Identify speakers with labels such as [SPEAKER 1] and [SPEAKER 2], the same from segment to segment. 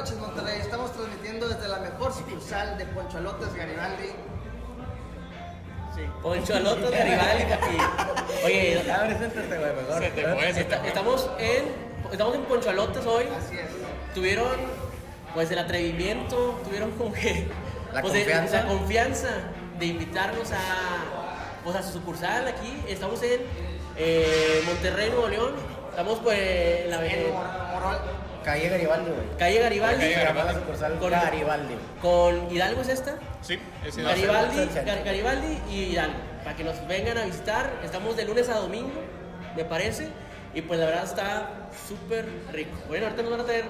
[SPEAKER 1] noches Monterrey, estamos transmitiendo desde la mejor sucursal de Poncholotes Garibaldi. Sí.
[SPEAKER 2] Poncho Aloto de Garibaldi, papi. Oye,
[SPEAKER 3] Ya, preséntate, güey, mejor.
[SPEAKER 4] Se te fue, se te
[SPEAKER 2] esta-
[SPEAKER 4] fue.
[SPEAKER 2] estamos en estamos en Poncho Alotes hoy.
[SPEAKER 1] Así es.
[SPEAKER 2] Tuvieron pues el atrevimiento, tuvieron como que
[SPEAKER 3] La
[SPEAKER 2] pues, de-
[SPEAKER 3] confianza.
[SPEAKER 2] la confianza de invitarnos a pues a su sucursal aquí. Estamos en eh, Monterrey, Nuevo León. Estamos pues en la
[SPEAKER 1] En
[SPEAKER 2] eh,
[SPEAKER 1] Mor- Morol.
[SPEAKER 3] Calle Garibaldi, güey.
[SPEAKER 2] calle Garibaldi
[SPEAKER 4] Calle
[SPEAKER 3] Se llama la sucursal
[SPEAKER 2] Con-
[SPEAKER 3] Garibaldi.
[SPEAKER 2] con Hidalgo es esta.
[SPEAKER 4] Sí, es
[SPEAKER 3] No,
[SPEAKER 4] ideal.
[SPEAKER 2] Garibaldi,
[SPEAKER 3] se- se-
[SPEAKER 2] Gar- Garibaldi y Hidalgo, para que nos vengan a visitar. Estamos de lunes a domingo, me parece, y pues la verdad está súper rico. Bueno, ahorita nos van a traer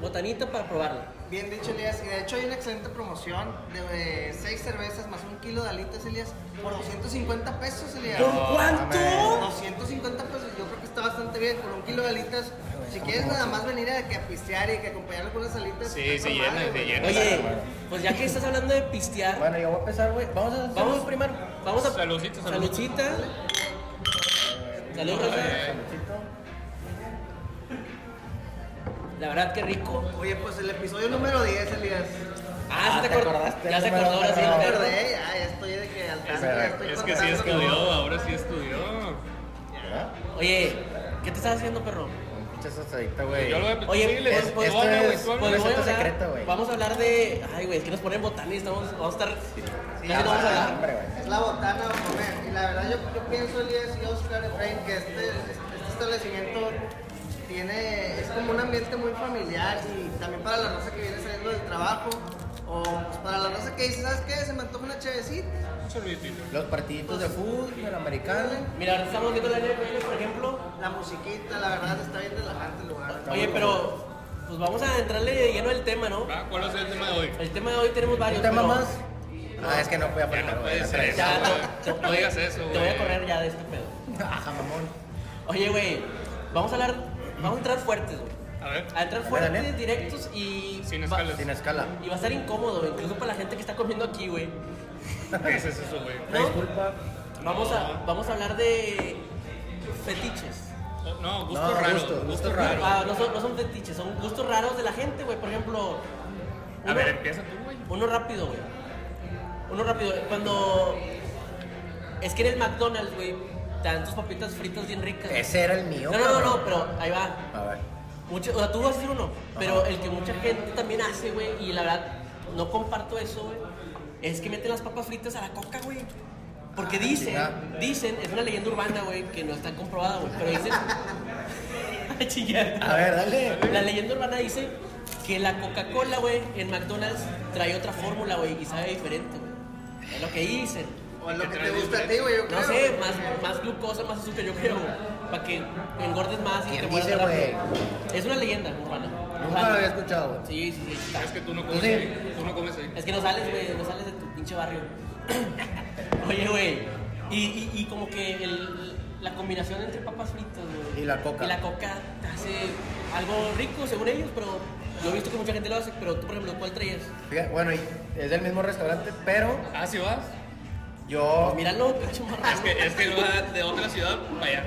[SPEAKER 2] botanita para probarla.
[SPEAKER 1] Bien dicho, Elías. Y de hecho hay una excelente promoción de 6 cervezas más un kilo de alitas, Elías, por 250 pesos, Elías.
[SPEAKER 2] ¿Con cuánto?
[SPEAKER 1] Por 250 pesos, yo creo que está bastante bien. Por un kilo de alitas, si quieres nada más venir a, que a pistear y que acompañarlo con unas alitas.
[SPEAKER 4] Sí,
[SPEAKER 1] está
[SPEAKER 4] sí,
[SPEAKER 1] con
[SPEAKER 4] llena,
[SPEAKER 1] madre,
[SPEAKER 4] sí,
[SPEAKER 1] güey.
[SPEAKER 4] llena.
[SPEAKER 2] Oye, pues ya que estás hablando de pistear,
[SPEAKER 3] Bueno, yo voy a empezar, güey. Vamos a hacer
[SPEAKER 2] vamos
[SPEAKER 3] vamos.
[SPEAKER 2] primero, vamos a...
[SPEAKER 4] Saludcita, salud.
[SPEAKER 2] Saludcita. Salud, Rosa.
[SPEAKER 4] Eh.
[SPEAKER 2] La verdad que rico.
[SPEAKER 1] Oye, pues el episodio número 10, Elías.
[SPEAKER 2] Ah,
[SPEAKER 3] Ah,
[SPEAKER 2] ¿sí te
[SPEAKER 3] te
[SPEAKER 2] acor-
[SPEAKER 3] acordaste
[SPEAKER 2] Ya
[SPEAKER 3] del
[SPEAKER 2] se
[SPEAKER 3] número,
[SPEAKER 2] acordó ahora sí.
[SPEAKER 1] Ya
[SPEAKER 3] Ah.
[SPEAKER 1] me
[SPEAKER 2] el perro.
[SPEAKER 1] acordé, ya, ya estoy de que al tanto, ya estoy
[SPEAKER 4] Es que sí
[SPEAKER 1] contando,
[SPEAKER 4] estudió,
[SPEAKER 1] ¿no?
[SPEAKER 4] ahora sí estudió.
[SPEAKER 2] Oye, ¿qué te estás haciendo, perro?
[SPEAKER 3] Mucha sasadita, güey.
[SPEAKER 4] Yo lo voy a
[SPEAKER 2] Oye,
[SPEAKER 4] sí, le-
[SPEAKER 2] pues- pues-
[SPEAKER 4] tú habla, güey,
[SPEAKER 3] es-
[SPEAKER 4] tú habla.
[SPEAKER 2] Pues voy a
[SPEAKER 3] Receta
[SPEAKER 2] hablar-
[SPEAKER 3] secreta, güey.
[SPEAKER 2] Vamos a hablar de. Ay, güey, es que nos ponen botanes, estamos, vamos a estar. casi
[SPEAKER 3] Ah,
[SPEAKER 2] no vamos a hablar.
[SPEAKER 3] hambre, güey.
[SPEAKER 1] Es la botana a comer. Y la verdad, yo, yo pienso, Elías y Oscar, Efraín, que este, este establecimiento tiene, es como un ambiente muy familiar y también para la raza que viene saliendo del trabajo o pues, para la raza que dice, ¿sabes qué? Se me antoja una chevecita.
[SPEAKER 4] Un sorbitito.
[SPEAKER 3] Los partiditos de fútbol americano.
[SPEAKER 2] Mira, ahora estamos viendo la NFL, por ejemplo.
[SPEAKER 1] La musiquita, la verdad, está bien relajante el lugar.
[SPEAKER 2] Oye, pero. Pues vamos a entrarle de lleno al tema, ¿no?
[SPEAKER 4] Va, ¿Cuál es el tema de hoy?
[SPEAKER 2] El tema de hoy tenemos varios.
[SPEAKER 3] ¿Un tema
[SPEAKER 2] pero-
[SPEAKER 3] más? Ah, es que no voy a
[SPEAKER 4] Ya no
[SPEAKER 3] apretar, güey.
[SPEAKER 4] puede
[SPEAKER 3] la
[SPEAKER 4] ser
[SPEAKER 3] traes.
[SPEAKER 4] eso,
[SPEAKER 2] Ya,
[SPEAKER 4] güey. No digas eso,
[SPEAKER 2] Te voy a
[SPEAKER 4] güey.
[SPEAKER 2] correr ya de este pedo.
[SPEAKER 3] Ajá, mamón.
[SPEAKER 2] Oye, güey, vamos a hablar. Vamos a entrar fuertes, güey.
[SPEAKER 4] A ver,
[SPEAKER 2] A entrar
[SPEAKER 3] Dale.
[SPEAKER 2] fuertes, directos y.
[SPEAKER 4] Sin
[SPEAKER 2] va-
[SPEAKER 4] escalas.
[SPEAKER 3] Sin escala.
[SPEAKER 2] Y va a ser incómodo, incluso para la gente que está comiendo aquí, güey.
[SPEAKER 4] ¿qué es eso, güey?
[SPEAKER 3] Una
[SPEAKER 2] ¿No?
[SPEAKER 3] Disculpa.
[SPEAKER 2] Vamos a, vamos a hablar de fetiches.
[SPEAKER 4] Oh, No, gusto
[SPEAKER 3] No,
[SPEAKER 4] raro.
[SPEAKER 3] gusto,
[SPEAKER 4] Gusto,
[SPEAKER 3] gusto
[SPEAKER 4] raro.
[SPEAKER 2] Ah, no, son, no son fetiches, son gustos raros de la gente, güey. Por ejemplo,
[SPEAKER 4] A
[SPEAKER 2] uno,
[SPEAKER 4] ver, empieza tú, güey.
[SPEAKER 2] uno rápido, güey. Uno rápido. Cuando es que en el McDonald's, güey, te dan tus papitas fritas bien ricas. güey.
[SPEAKER 3] Ese era el mío.
[SPEAKER 2] No, no, no,
[SPEAKER 3] cabrón.
[SPEAKER 2] no, pero ahí va.
[SPEAKER 3] A ver.
[SPEAKER 2] Mucho, o sea, tú vas a hacer uno, pero el que mucha gente también hace, güey, y la verdad no comparto eso, güey, es que meten las papas fritas a la coca, güey. Porque dicen,
[SPEAKER 3] chingada.
[SPEAKER 2] dicen, es una leyenda urbana, güey, que no está comprobada, güey, pero dicen... Ay, chingada.
[SPEAKER 3] A ver, dale.
[SPEAKER 2] La leyenda urbana dice que la Coca-Cola, güey, en McDonald's trae otra fórmula, güey, y sabe diferente, güey. Es lo que dicen.
[SPEAKER 1] O es lo
[SPEAKER 4] ¿Qué
[SPEAKER 1] que te
[SPEAKER 4] traes
[SPEAKER 1] gusta a ti,
[SPEAKER 4] diferente?
[SPEAKER 1] güey, yo creo.
[SPEAKER 2] No sé,
[SPEAKER 1] güey.
[SPEAKER 2] más, más glucosa, más azúcar, yo creo, para que engordes más y
[SPEAKER 3] ¿Quién
[SPEAKER 2] te mueras
[SPEAKER 3] dice,
[SPEAKER 2] rápido.
[SPEAKER 3] güey?
[SPEAKER 2] Es una leyenda urbana.
[SPEAKER 3] Nunca lo había escuchado, güey.
[SPEAKER 2] Sí, sí, sí. está.
[SPEAKER 4] Es que tú no comes
[SPEAKER 3] Sí.
[SPEAKER 4] ahí. Tú no comes ahí.
[SPEAKER 2] Es que no sales, güey, no sales de tu pinche barrio. Oye, güey, y, y, y como que el- la combinación entre papas fritas, güey.
[SPEAKER 3] Y la coca.
[SPEAKER 2] Y la coca te hace algo rico, según ellos, pero yo he visto que mucha gente lo hace, pero tú, por ejemplo, ¿cuál traías?
[SPEAKER 3] Fíjate, Bueno, y es del mismo restaurante, pero
[SPEAKER 4] Ah, ¿sí vas?
[SPEAKER 3] yo,
[SPEAKER 2] Míralo, cacho
[SPEAKER 4] Es
[SPEAKER 2] marrano.
[SPEAKER 4] que, es que él va de otra ciudad para allá.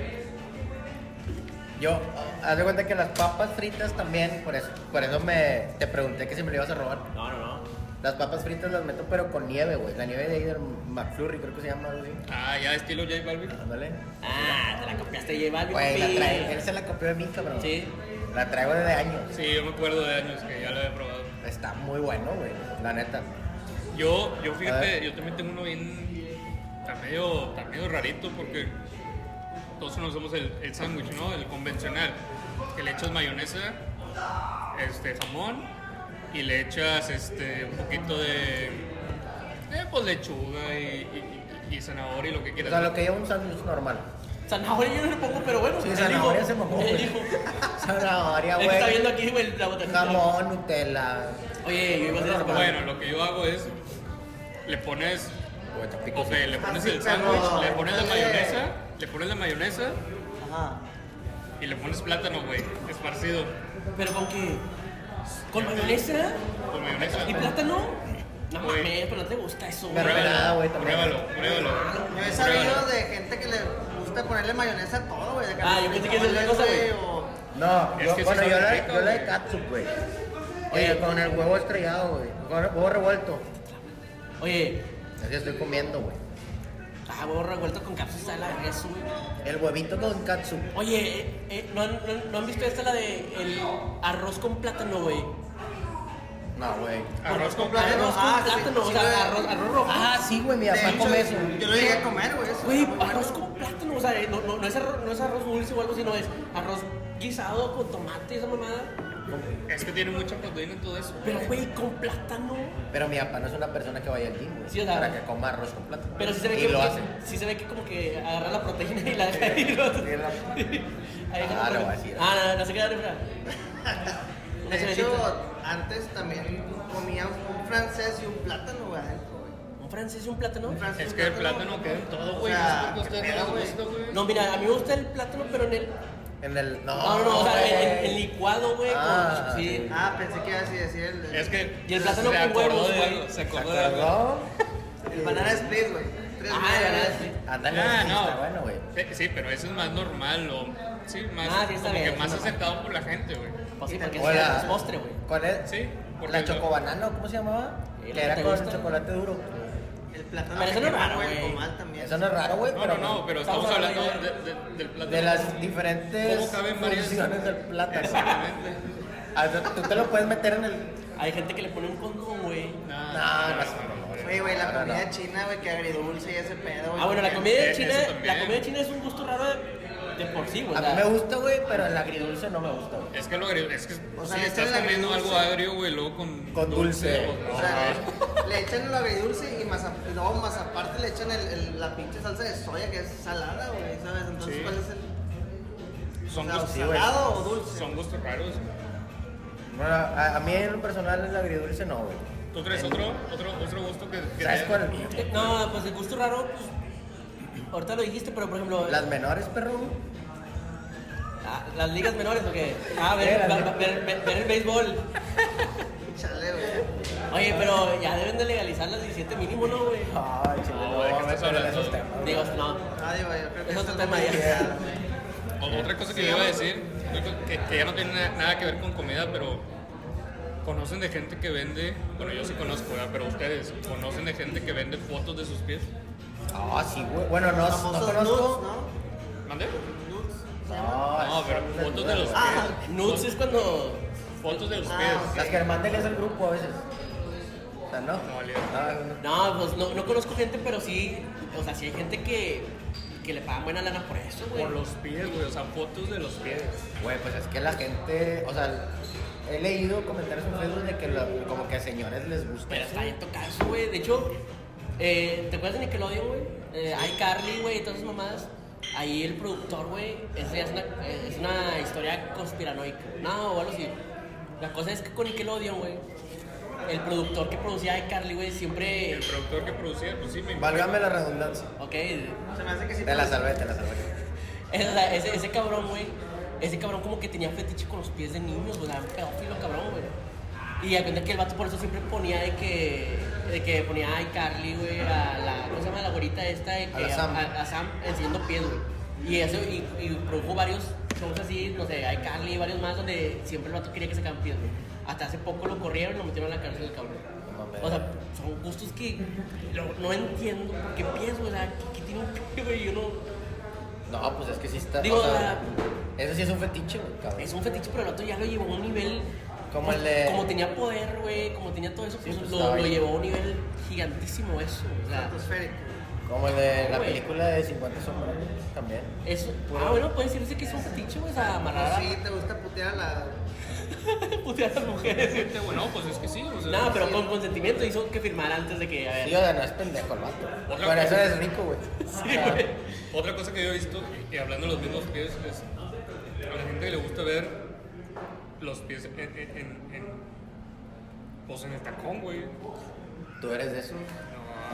[SPEAKER 3] yo, haz de cuenta que las papas fritas también, por eso, por eso me, te pregunté que si me lo ibas a robar.
[SPEAKER 2] No, no, no.
[SPEAKER 3] Las papas fritas las meto pero con nieve, güey. La nieve de ahí del McFlurry, creo que se llama algo así.
[SPEAKER 4] Ah, ya, estilo J Balvin.
[SPEAKER 3] Ándale.
[SPEAKER 2] Ah, te la copiaste, lleva mi
[SPEAKER 3] Güey, la
[SPEAKER 2] papi.
[SPEAKER 3] trae, él se la copió de mí, cabrón.
[SPEAKER 2] Sí.
[SPEAKER 3] La traigo desde años.
[SPEAKER 4] Sí, yo me acuerdo de años que ya lo había probado.
[SPEAKER 3] Está muy bueno, güey. La neta.
[SPEAKER 4] Yo, yo
[SPEAKER 3] A
[SPEAKER 4] fíjate,
[SPEAKER 3] ver.
[SPEAKER 4] yo también tengo uno bien. Está medio, está medio rarito porque todos conocemos el, el sándwich, ¿no? El convencional. Que le echas mayonesa, este, jamón y le echas este, un poquito de. eh, pues lechuga y, y- y zanahoria y lo que
[SPEAKER 3] O
[SPEAKER 4] quieras.
[SPEAKER 3] sea,
[SPEAKER 4] ¿no?
[SPEAKER 3] lo que lleva un sándwich normal.
[SPEAKER 2] Zanahoria yo no le pongo, pero bueno.
[SPEAKER 3] Sí,
[SPEAKER 2] él
[SPEAKER 3] zanahoria
[SPEAKER 2] dijo,
[SPEAKER 3] se mamó,
[SPEAKER 2] Él
[SPEAKER 3] güey.
[SPEAKER 2] dijo.
[SPEAKER 3] Zanahoria,
[SPEAKER 2] Es que está viendo
[SPEAKER 3] güey.
[SPEAKER 2] aquí, güey, la botanita.
[SPEAKER 3] Jamón, Nutella.
[SPEAKER 2] Oye, yo iba a hacer
[SPEAKER 3] Normal.
[SPEAKER 4] Bueno, lo que yo hago es. Le pones
[SPEAKER 3] Güey, está
[SPEAKER 4] Ok,
[SPEAKER 3] picoso.
[SPEAKER 4] le pones el
[SPEAKER 1] Así, pero-
[SPEAKER 4] sándwich, le pones la
[SPEAKER 1] Oye.
[SPEAKER 4] mayonesa, le pones la mayonesa
[SPEAKER 1] Ajá.
[SPEAKER 4] y le pones plátano, güey, esparcido.
[SPEAKER 2] ¿Pero con qué? ¿Con mayonesa?
[SPEAKER 4] Con mayonesa.
[SPEAKER 2] ¿Y plátano? No
[SPEAKER 4] Güey.
[SPEAKER 2] mames, pero no te gusta eso, güey.
[SPEAKER 3] Pero- mermelada, güey, también.
[SPEAKER 4] Pruébalo, pruébalo.
[SPEAKER 1] Yo he
[SPEAKER 4] Pruébalo.
[SPEAKER 1] sabido de gente que le gusta ponerle mayonesa a todo, güey. de
[SPEAKER 2] Ah, yo pensé que eso es otra
[SPEAKER 1] tamales,
[SPEAKER 2] cosa, güey.
[SPEAKER 1] o-
[SPEAKER 3] No,
[SPEAKER 4] Es
[SPEAKER 3] yo,
[SPEAKER 4] que sí
[SPEAKER 3] bueno, yo
[SPEAKER 4] sabe
[SPEAKER 3] la,
[SPEAKER 4] rico,
[SPEAKER 3] yo la de
[SPEAKER 4] güey.
[SPEAKER 3] katsu, güey. Oye, con el huevo estrellado, güey. Con el huevo revuelto.
[SPEAKER 2] Oye,
[SPEAKER 3] Así estoy comiendo, güey.
[SPEAKER 2] ah, huevo revuelto con capsa está de la verga, eso, güey.
[SPEAKER 3] El huevito con katsu.
[SPEAKER 2] Oye, eh, eh, ¿no, han- no, no han visto esta la de el arroz con plátano, güey?
[SPEAKER 3] No, güey.
[SPEAKER 4] Arroz con plátano.
[SPEAKER 1] plátano.
[SPEAKER 2] Arroz
[SPEAKER 1] Ah,
[SPEAKER 2] con
[SPEAKER 1] sí,
[SPEAKER 2] plátano,
[SPEAKER 1] sí,
[SPEAKER 2] o sea,
[SPEAKER 1] güey.
[SPEAKER 2] arroz, arroz rojo.
[SPEAKER 3] Ah, sí, güey, mi
[SPEAKER 1] De
[SPEAKER 3] papá
[SPEAKER 1] hecho,
[SPEAKER 3] come eso.
[SPEAKER 1] Yo lo llegué a comer, güey. eso
[SPEAKER 2] Güey,
[SPEAKER 1] está muy
[SPEAKER 2] arroz
[SPEAKER 1] bueno.
[SPEAKER 2] con plátano, o sea, eh, no, no, no, es arroz, no es arroz dulce o algo así, no es arroz guisado con tomate, esa mamada.
[SPEAKER 4] Es que tiene mucha proteína en todo eso.
[SPEAKER 2] Pero, güey, con plátano.
[SPEAKER 3] Pero mi papá no es una persona que vaya al gym, güey.
[SPEAKER 2] Sí, o sea,
[SPEAKER 3] para que coma arroz con plátano.
[SPEAKER 2] Pero sí se ve
[SPEAKER 3] y
[SPEAKER 2] que,
[SPEAKER 3] lo
[SPEAKER 2] que-
[SPEAKER 3] hace.
[SPEAKER 2] sí se ve que como que agarra la proteína y la deja ahí. ¿no? Ahí deja la
[SPEAKER 3] Ah, lo
[SPEAKER 2] proteína.
[SPEAKER 3] voy a decir.
[SPEAKER 2] Ah, no, no, no se queda refra. Una
[SPEAKER 1] De hecho,
[SPEAKER 2] cervecita.
[SPEAKER 1] antes también comía un francés y un plátano, güey. adentro, güey.
[SPEAKER 2] ¿Un francés y un plátano?
[SPEAKER 1] Un francés y
[SPEAKER 4] Es
[SPEAKER 1] un
[SPEAKER 4] que el
[SPEAKER 1] plátano.
[SPEAKER 4] plátano queda en todo, güey.
[SPEAKER 1] O sea,
[SPEAKER 4] no sé por qué a ustedes
[SPEAKER 1] qué
[SPEAKER 4] no
[SPEAKER 1] pedo,
[SPEAKER 4] les gusta, güey.
[SPEAKER 2] No, mira, a mí me gusta el plátano, pero en el.
[SPEAKER 3] En el. No,
[SPEAKER 2] No, no, no, o sea, en- en-
[SPEAKER 3] güey.
[SPEAKER 2] en licuado, güey. con-
[SPEAKER 3] Ah.
[SPEAKER 2] sí.
[SPEAKER 1] Ah, pensé que iba a decir- decir el,
[SPEAKER 4] Es que.
[SPEAKER 2] Y el plátano
[SPEAKER 4] se
[SPEAKER 2] con
[SPEAKER 4] acordó
[SPEAKER 2] huevos,
[SPEAKER 4] de
[SPEAKER 2] güey.
[SPEAKER 4] algo, Se
[SPEAKER 3] ¿Se
[SPEAKER 4] acordó de algo.
[SPEAKER 3] acordó?
[SPEAKER 1] el banana split, güey. Tres
[SPEAKER 2] Ah,
[SPEAKER 1] veces
[SPEAKER 2] el banana
[SPEAKER 1] banana
[SPEAKER 2] split.
[SPEAKER 3] Ándale,
[SPEAKER 4] Ah,
[SPEAKER 3] sí, está
[SPEAKER 4] no.
[SPEAKER 3] bueno, güey.
[SPEAKER 4] Eh, Sí, pero eso es más normal o. Sí, más.
[SPEAKER 2] Ah, sí, está
[SPEAKER 4] como
[SPEAKER 2] bien,
[SPEAKER 4] que
[SPEAKER 2] es
[SPEAKER 4] más
[SPEAKER 2] normal.
[SPEAKER 4] aceptado por la gente, güey.
[SPEAKER 2] Pues sí, porque
[SPEAKER 3] Hola.
[SPEAKER 2] es postre, güey.
[SPEAKER 3] ¿Cuál es?
[SPEAKER 4] Sí, porque
[SPEAKER 3] La
[SPEAKER 4] yo-
[SPEAKER 3] chocobanano, ¿cómo se llamaba?
[SPEAKER 2] Sí,
[SPEAKER 3] Que
[SPEAKER 2] ¿te
[SPEAKER 3] era con
[SPEAKER 2] gusta?
[SPEAKER 3] chocolate duro.
[SPEAKER 1] El plátano.
[SPEAKER 2] Pero eso no es
[SPEAKER 1] que
[SPEAKER 2] raro,
[SPEAKER 1] quema,
[SPEAKER 2] güey.
[SPEAKER 1] el comal también.
[SPEAKER 3] Eso no es raro, güey,
[SPEAKER 4] No,
[SPEAKER 3] pero.
[SPEAKER 4] no, no, pero
[SPEAKER 2] Estamos
[SPEAKER 4] estamos hablando
[SPEAKER 2] hablando
[SPEAKER 4] de- de- del plátano.
[SPEAKER 3] De las diferentes
[SPEAKER 4] ¿Cómo caben varias?
[SPEAKER 3] funciones del plátano.
[SPEAKER 4] Exactamente.
[SPEAKER 3] Ah, tú- Tú te lo puedes meter en el.
[SPEAKER 2] Hay gente que le pone un condón, güey.
[SPEAKER 4] No,
[SPEAKER 3] No, no,
[SPEAKER 1] Oye, güey, la
[SPEAKER 3] No, no,
[SPEAKER 1] comida
[SPEAKER 3] no.
[SPEAKER 1] china, güey, que agridulce y ese pedo, güey.
[SPEAKER 2] Ah, bueno, la
[SPEAKER 1] porque-
[SPEAKER 2] comida
[SPEAKER 4] Eh,
[SPEAKER 2] china,
[SPEAKER 4] eso también.
[SPEAKER 2] la comida china es un gusto raro de, de por sí, güey.
[SPEAKER 3] A
[SPEAKER 2] o
[SPEAKER 3] mí
[SPEAKER 2] sea,
[SPEAKER 3] me gusta, güey, pero el agridulce no me gusta, güey.
[SPEAKER 4] Es que lo agrio, es que
[SPEAKER 1] O sea,
[SPEAKER 4] si
[SPEAKER 1] le
[SPEAKER 4] estás
[SPEAKER 1] echan el
[SPEAKER 4] comiendo algo
[SPEAKER 1] agridulce.
[SPEAKER 4] agrio, güey, luego con,
[SPEAKER 3] Con dulce.
[SPEAKER 4] o-
[SPEAKER 1] O sea,
[SPEAKER 2] Ah.
[SPEAKER 1] le echan el agridulce y más, a- y luego más aparte le echan el- el- la pinche salsa de soya que es salada, güey, ¿sabes? Entonces,
[SPEAKER 4] Sí.
[SPEAKER 1] ¿cuál es el
[SPEAKER 4] son,
[SPEAKER 1] o sea,
[SPEAKER 4] gustos,
[SPEAKER 3] sí, güey.
[SPEAKER 1] salado o dulce?
[SPEAKER 4] son gustos raros.
[SPEAKER 3] Bueno, a, a mí en lo personal el agridulce no, güey.
[SPEAKER 4] ¿Tú traes otro, otro, otro gusto que, que
[SPEAKER 3] ¿Sabes
[SPEAKER 4] te-
[SPEAKER 3] cuál es el mío?
[SPEAKER 2] eh, No, pues el gusto raro, pues. Ahorita lo dijiste, pero por ejemplo.
[SPEAKER 3] Las menores, perro.
[SPEAKER 2] ah, las ligas menores, ¿o qué? Ah, ver,
[SPEAKER 3] Sí, las
[SPEAKER 2] va-
[SPEAKER 3] ligas.
[SPEAKER 2] ver, ver- ver el béisbol.
[SPEAKER 1] Chale, güey.
[SPEAKER 2] Oye, pero ya deben de legalizar las 17 mínimo, ¿no, güey?
[SPEAKER 3] Ay, chile,
[SPEAKER 4] No,
[SPEAKER 3] no,
[SPEAKER 4] güey, ¿qué
[SPEAKER 3] vamos a
[SPEAKER 4] estás
[SPEAKER 3] meter en
[SPEAKER 4] hablando?
[SPEAKER 3] esos temas. güey.
[SPEAKER 2] Digo, no.
[SPEAKER 1] Ay, güey, yo creo que
[SPEAKER 2] Es otro
[SPEAKER 1] esto
[SPEAKER 2] tema ya.
[SPEAKER 1] demasiado, güey.
[SPEAKER 4] O- Otra cosa que yo iba a decir, que, que ya no tiene na- nada que ver con comida, pero conocen de gente que vende, bueno yo sí conozco, ¿verdad? pero ustedes conocen de gente que vende fotos de sus pies.
[SPEAKER 3] Ah, sí, güey. Bueno, no, no
[SPEAKER 1] Famosos
[SPEAKER 3] conozco.
[SPEAKER 1] nudes, ¿no?
[SPEAKER 4] ¿Mande?
[SPEAKER 1] Nudes.
[SPEAKER 3] No,
[SPEAKER 4] No, pero
[SPEAKER 3] esas son
[SPEAKER 4] fotos
[SPEAKER 3] las
[SPEAKER 4] de los
[SPEAKER 3] nuevas.
[SPEAKER 1] Ah.
[SPEAKER 4] pies.
[SPEAKER 2] Nuts es cuando.
[SPEAKER 4] Fotos de los
[SPEAKER 1] Ah,
[SPEAKER 4] pies.
[SPEAKER 3] Las que le mandan es el grupo a veces. O sea, no.
[SPEAKER 4] No, Leo.
[SPEAKER 3] Ah, no.
[SPEAKER 2] No, pues no, no conozco gente, pero sí. O sea, sí hay gente que, que le pagan buena lana por eso, güey.
[SPEAKER 4] Por los pies, güey, o sea, fotos de los pies.
[SPEAKER 3] Güey, pues es que la gente, o sea, he leído comentarios en Facebook de que la- como que a señores les gusta.
[SPEAKER 2] Pero
[SPEAKER 3] eso.
[SPEAKER 2] está bien tocado eso, güey. De hecho, eh, ¿te acuerdas de Nickelodeon, güey? Eh, iCarly, güey, y todas esas mamadas. Ahí el productor, güey, esa ya es una, eh, es una historia conspiranoica. No, o algo así. La cosa es que con Nickelodeon, güey, el productor que producía iCarly, güey, siempre.
[SPEAKER 4] El productor que producía, pues sí, me
[SPEAKER 3] Válgame la redundancia.
[SPEAKER 2] Ok,
[SPEAKER 1] Se me hace que sí.
[SPEAKER 3] Te la salvé, te la salvé.
[SPEAKER 2] es- o sea, ese, ese cabrón, güey, ese cabrón como que tenía fetiche con los pies de niños, güey, era un pedófilo cabrón, güey. Y a cuenta que el vato por eso siempre ponía de que, de que ponía a Carly, güey, a la, ¿cómo se llama? La gorita esta, de que
[SPEAKER 3] la Sam.
[SPEAKER 2] a- a Sam enseñando pies, güey. Y eso, y, y produjo varios shows así, no sé, hay Carly, varios más, donde siempre el vato quería que sacaran pies, güey. Hasta hace poco lo corrieron y lo metieron a la cárcel el cabrón.
[SPEAKER 3] No mames.
[SPEAKER 2] O sea, son gustos que lo- no entiendo porque pies, güey, o sea, ¿qué, qué tiene un pie, güey? Yo no...
[SPEAKER 3] No, pues es que sí está.
[SPEAKER 2] Digo,
[SPEAKER 3] o sea,
[SPEAKER 2] la-
[SPEAKER 3] Eso sí es un fetiche, güey, cabrón.
[SPEAKER 2] Es un fetiche, pero el otro ya lo llevó a un nivel. pues,
[SPEAKER 3] Como el de-
[SPEAKER 2] Como tenía poder, güey, como tenía todo eso, pues,
[SPEAKER 3] pues,
[SPEAKER 2] lo,
[SPEAKER 3] estaba
[SPEAKER 2] lo
[SPEAKER 3] bien.
[SPEAKER 2] llevó a un nivel gigantísimo eso. O sea,
[SPEAKER 1] Estratosférico.
[SPEAKER 3] Como el de la
[SPEAKER 2] Güey.
[SPEAKER 3] película de 50 sombras ¿no? también.
[SPEAKER 2] eso. Ah, bueno, puede decirse que es un fetiche, güey, o sea, amarrar
[SPEAKER 3] Ah.
[SPEAKER 2] a
[SPEAKER 1] Ah, Sí, te gusta putear a la...
[SPEAKER 2] putear a las mujeres. güey.
[SPEAKER 4] Gente, bueno, pues es que sí, o sea,
[SPEAKER 2] No, pero con consentimiento hizo que firmar antes de que, a ver.
[SPEAKER 3] Sí, o sea, no es pendejo el vato.
[SPEAKER 4] Otra
[SPEAKER 3] Pero eso
[SPEAKER 4] cosa.
[SPEAKER 3] es rico, güey. O
[SPEAKER 2] Sí,
[SPEAKER 3] sea,
[SPEAKER 2] güey.
[SPEAKER 4] Otra cosa que yo he visto, y hablando de los mismos pies, es a la gente le gusta ver los pies en, en, en- en- pues en el tacón, güey.
[SPEAKER 3] Tú eres de eso.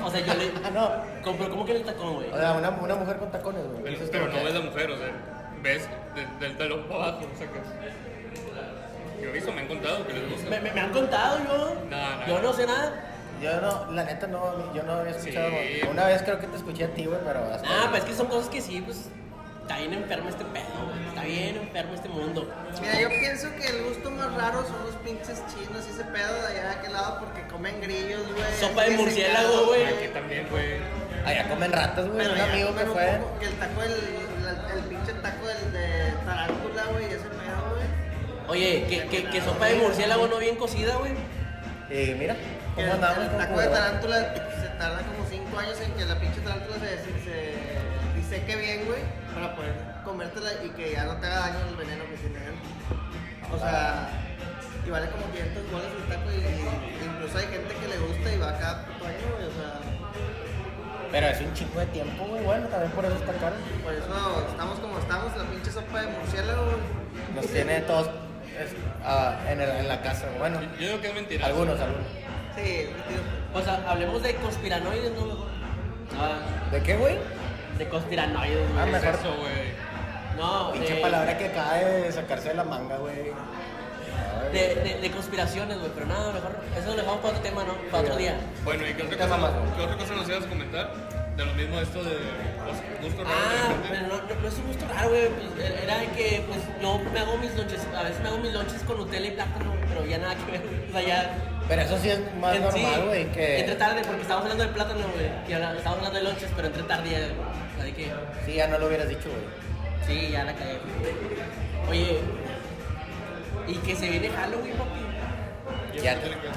[SPEAKER 2] O sea, yo le.
[SPEAKER 3] Ah, no.
[SPEAKER 2] Como, pero ¿cómo que en el tacón, güey?
[SPEAKER 3] O sea, una, una mujer con tacones, güey.
[SPEAKER 4] Pero,
[SPEAKER 3] Eso es
[SPEAKER 4] pero
[SPEAKER 3] como
[SPEAKER 4] no
[SPEAKER 3] que-
[SPEAKER 4] ves la mujer, o sea, ves de- del talón para abajo, o sea que... Yo he visto, me han contado que les gusta.
[SPEAKER 2] Me, me- me han contado, yo.
[SPEAKER 4] No, no.
[SPEAKER 2] Yo no sé nada.
[SPEAKER 3] Yo no, la neta no, yo no había escuchado.
[SPEAKER 4] Sí.
[SPEAKER 3] Una vez creo que te escuché a ti, güey, pero hasta.
[SPEAKER 2] Ah, pero es que son cosas que sí, pues. está bien enfermo este pedo, güey, está bien enfermo este mundo.
[SPEAKER 1] Mira, yo pienso que el gusto más raro son los pinches chinos y ese pedo de allá de aquel lado porque comen grillos, güey.
[SPEAKER 2] Sopa de
[SPEAKER 1] que se
[SPEAKER 2] murciélago,
[SPEAKER 1] cagan,
[SPEAKER 2] güey.
[SPEAKER 4] Aquí también, güey.
[SPEAKER 3] Allá comen ratas, güey.
[SPEAKER 1] Pero
[SPEAKER 3] Un
[SPEAKER 1] ya
[SPEAKER 3] amigo que
[SPEAKER 1] comen un
[SPEAKER 3] fue.
[SPEAKER 1] poco Que el taco, del- el, el pinche taco del de tarántula, güey, ese pedo, güey.
[SPEAKER 2] Oye, que, que, que sopa de murciélago no bien cocida, güey.
[SPEAKER 3] Y mira,
[SPEAKER 1] Que
[SPEAKER 3] ¿cómo
[SPEAKER 1] el-
[SPEAKER 3] andamos?
[SPEAKER 1] El
[SPEAKER 3] con
[SPEAKER 1] taco de
[SPEAKER 3] Cuba?
[SPEAKER 1] tarántula se tarda como 5 años en que la pinche tarántula se, se, se diseque bien, güey, para poder comértela y que ya no te haga daño el veneno que tiene dentro. O sea, y vale como 500 bolas el taco y, y incluso hay gente que le gusta y va cada puto año, güey, o sea,
[SPEAKER 3] Pero es un chingo de tiempo, güey. Bueno, también por eso está caro.
[SPEAKER 1] por eso estamos como estamos, la pinche sopa de murciélago, güey.
[SPEAKER 3] Nos tiene todos es- ah, en, el- en la casa. Bueno,
[SPEAKER 4] Yo digo que es mentira.
[SPEAKER 3] algunos, algunos.
[SPEAKER 1] Sí, tío.
[SPEAKER 2] O sea, hablemos de conspiranoides, ¿no? Mejor. Ah,
[SPEAKER 3] ¿De qué, güey?
[SPEAKER 2] de conspiranoides,
[SPEAKER 3] Ah,
[SPEAKER 2] güey.
[SPEAKER 4] Es
[SPEAKER 3] mejor.
[SPEAKER 4] eso, güey.
[SPEAKER 2] No,
[SPEAKER 3] Pinche
[SPEAKER 2] de-
[SPEAKER 3] palabra que acaba de sacarse de la manga, güey. Ay,
[SPEAKER 2] De, de, de conspiraciones, güey, pero nada, mejor. Eso lo dejamos para otro tema, ¿no? Para otro día.
[SPEAKER 4] Bueno, ¿y qué otra,
[SPEAKER 3] Ahorita mamá.
[SPEAKER 4] cosa, qué otra cosa nos ibas a comentar? De lo mismo esto de los gustos raros de
[SPEAKER 2] Ah,
[SPEAKER 4] la gente.
[SPEAKER 2] pero no, no, no es un gusto raro, güey. pues, e- era de que, pues, yo me hago mis lonches. A veces me hago mis lonches con Nutella y plátano, güey, pero ya nada que ver. güey. O sea, ya.
[SPEAKER 3] Pero eso sí es más
[SPEAKER 2] en sí,
[SPEAKER 3] normal, güey,
[SPEAKER 2] Entre
[SPEAKER 3] que...
[SPEAKER 2] tarde, porque estábamos hablando del plátano, güey. Y ahora estábamos hablando de lonches, pero entre tarde ya. güey. O sea, de que.
[SPEAKER 3] Sí, ya no lo hubieras dicho, güey.
[SPEAKER 2] Sí, ya la cagué. Oye. Y que se viene Halloween, papi.
[SPEAKER 4] Y eso
[SPEAKER 3] Ya.
[SPEAKER 4] tiene que ver.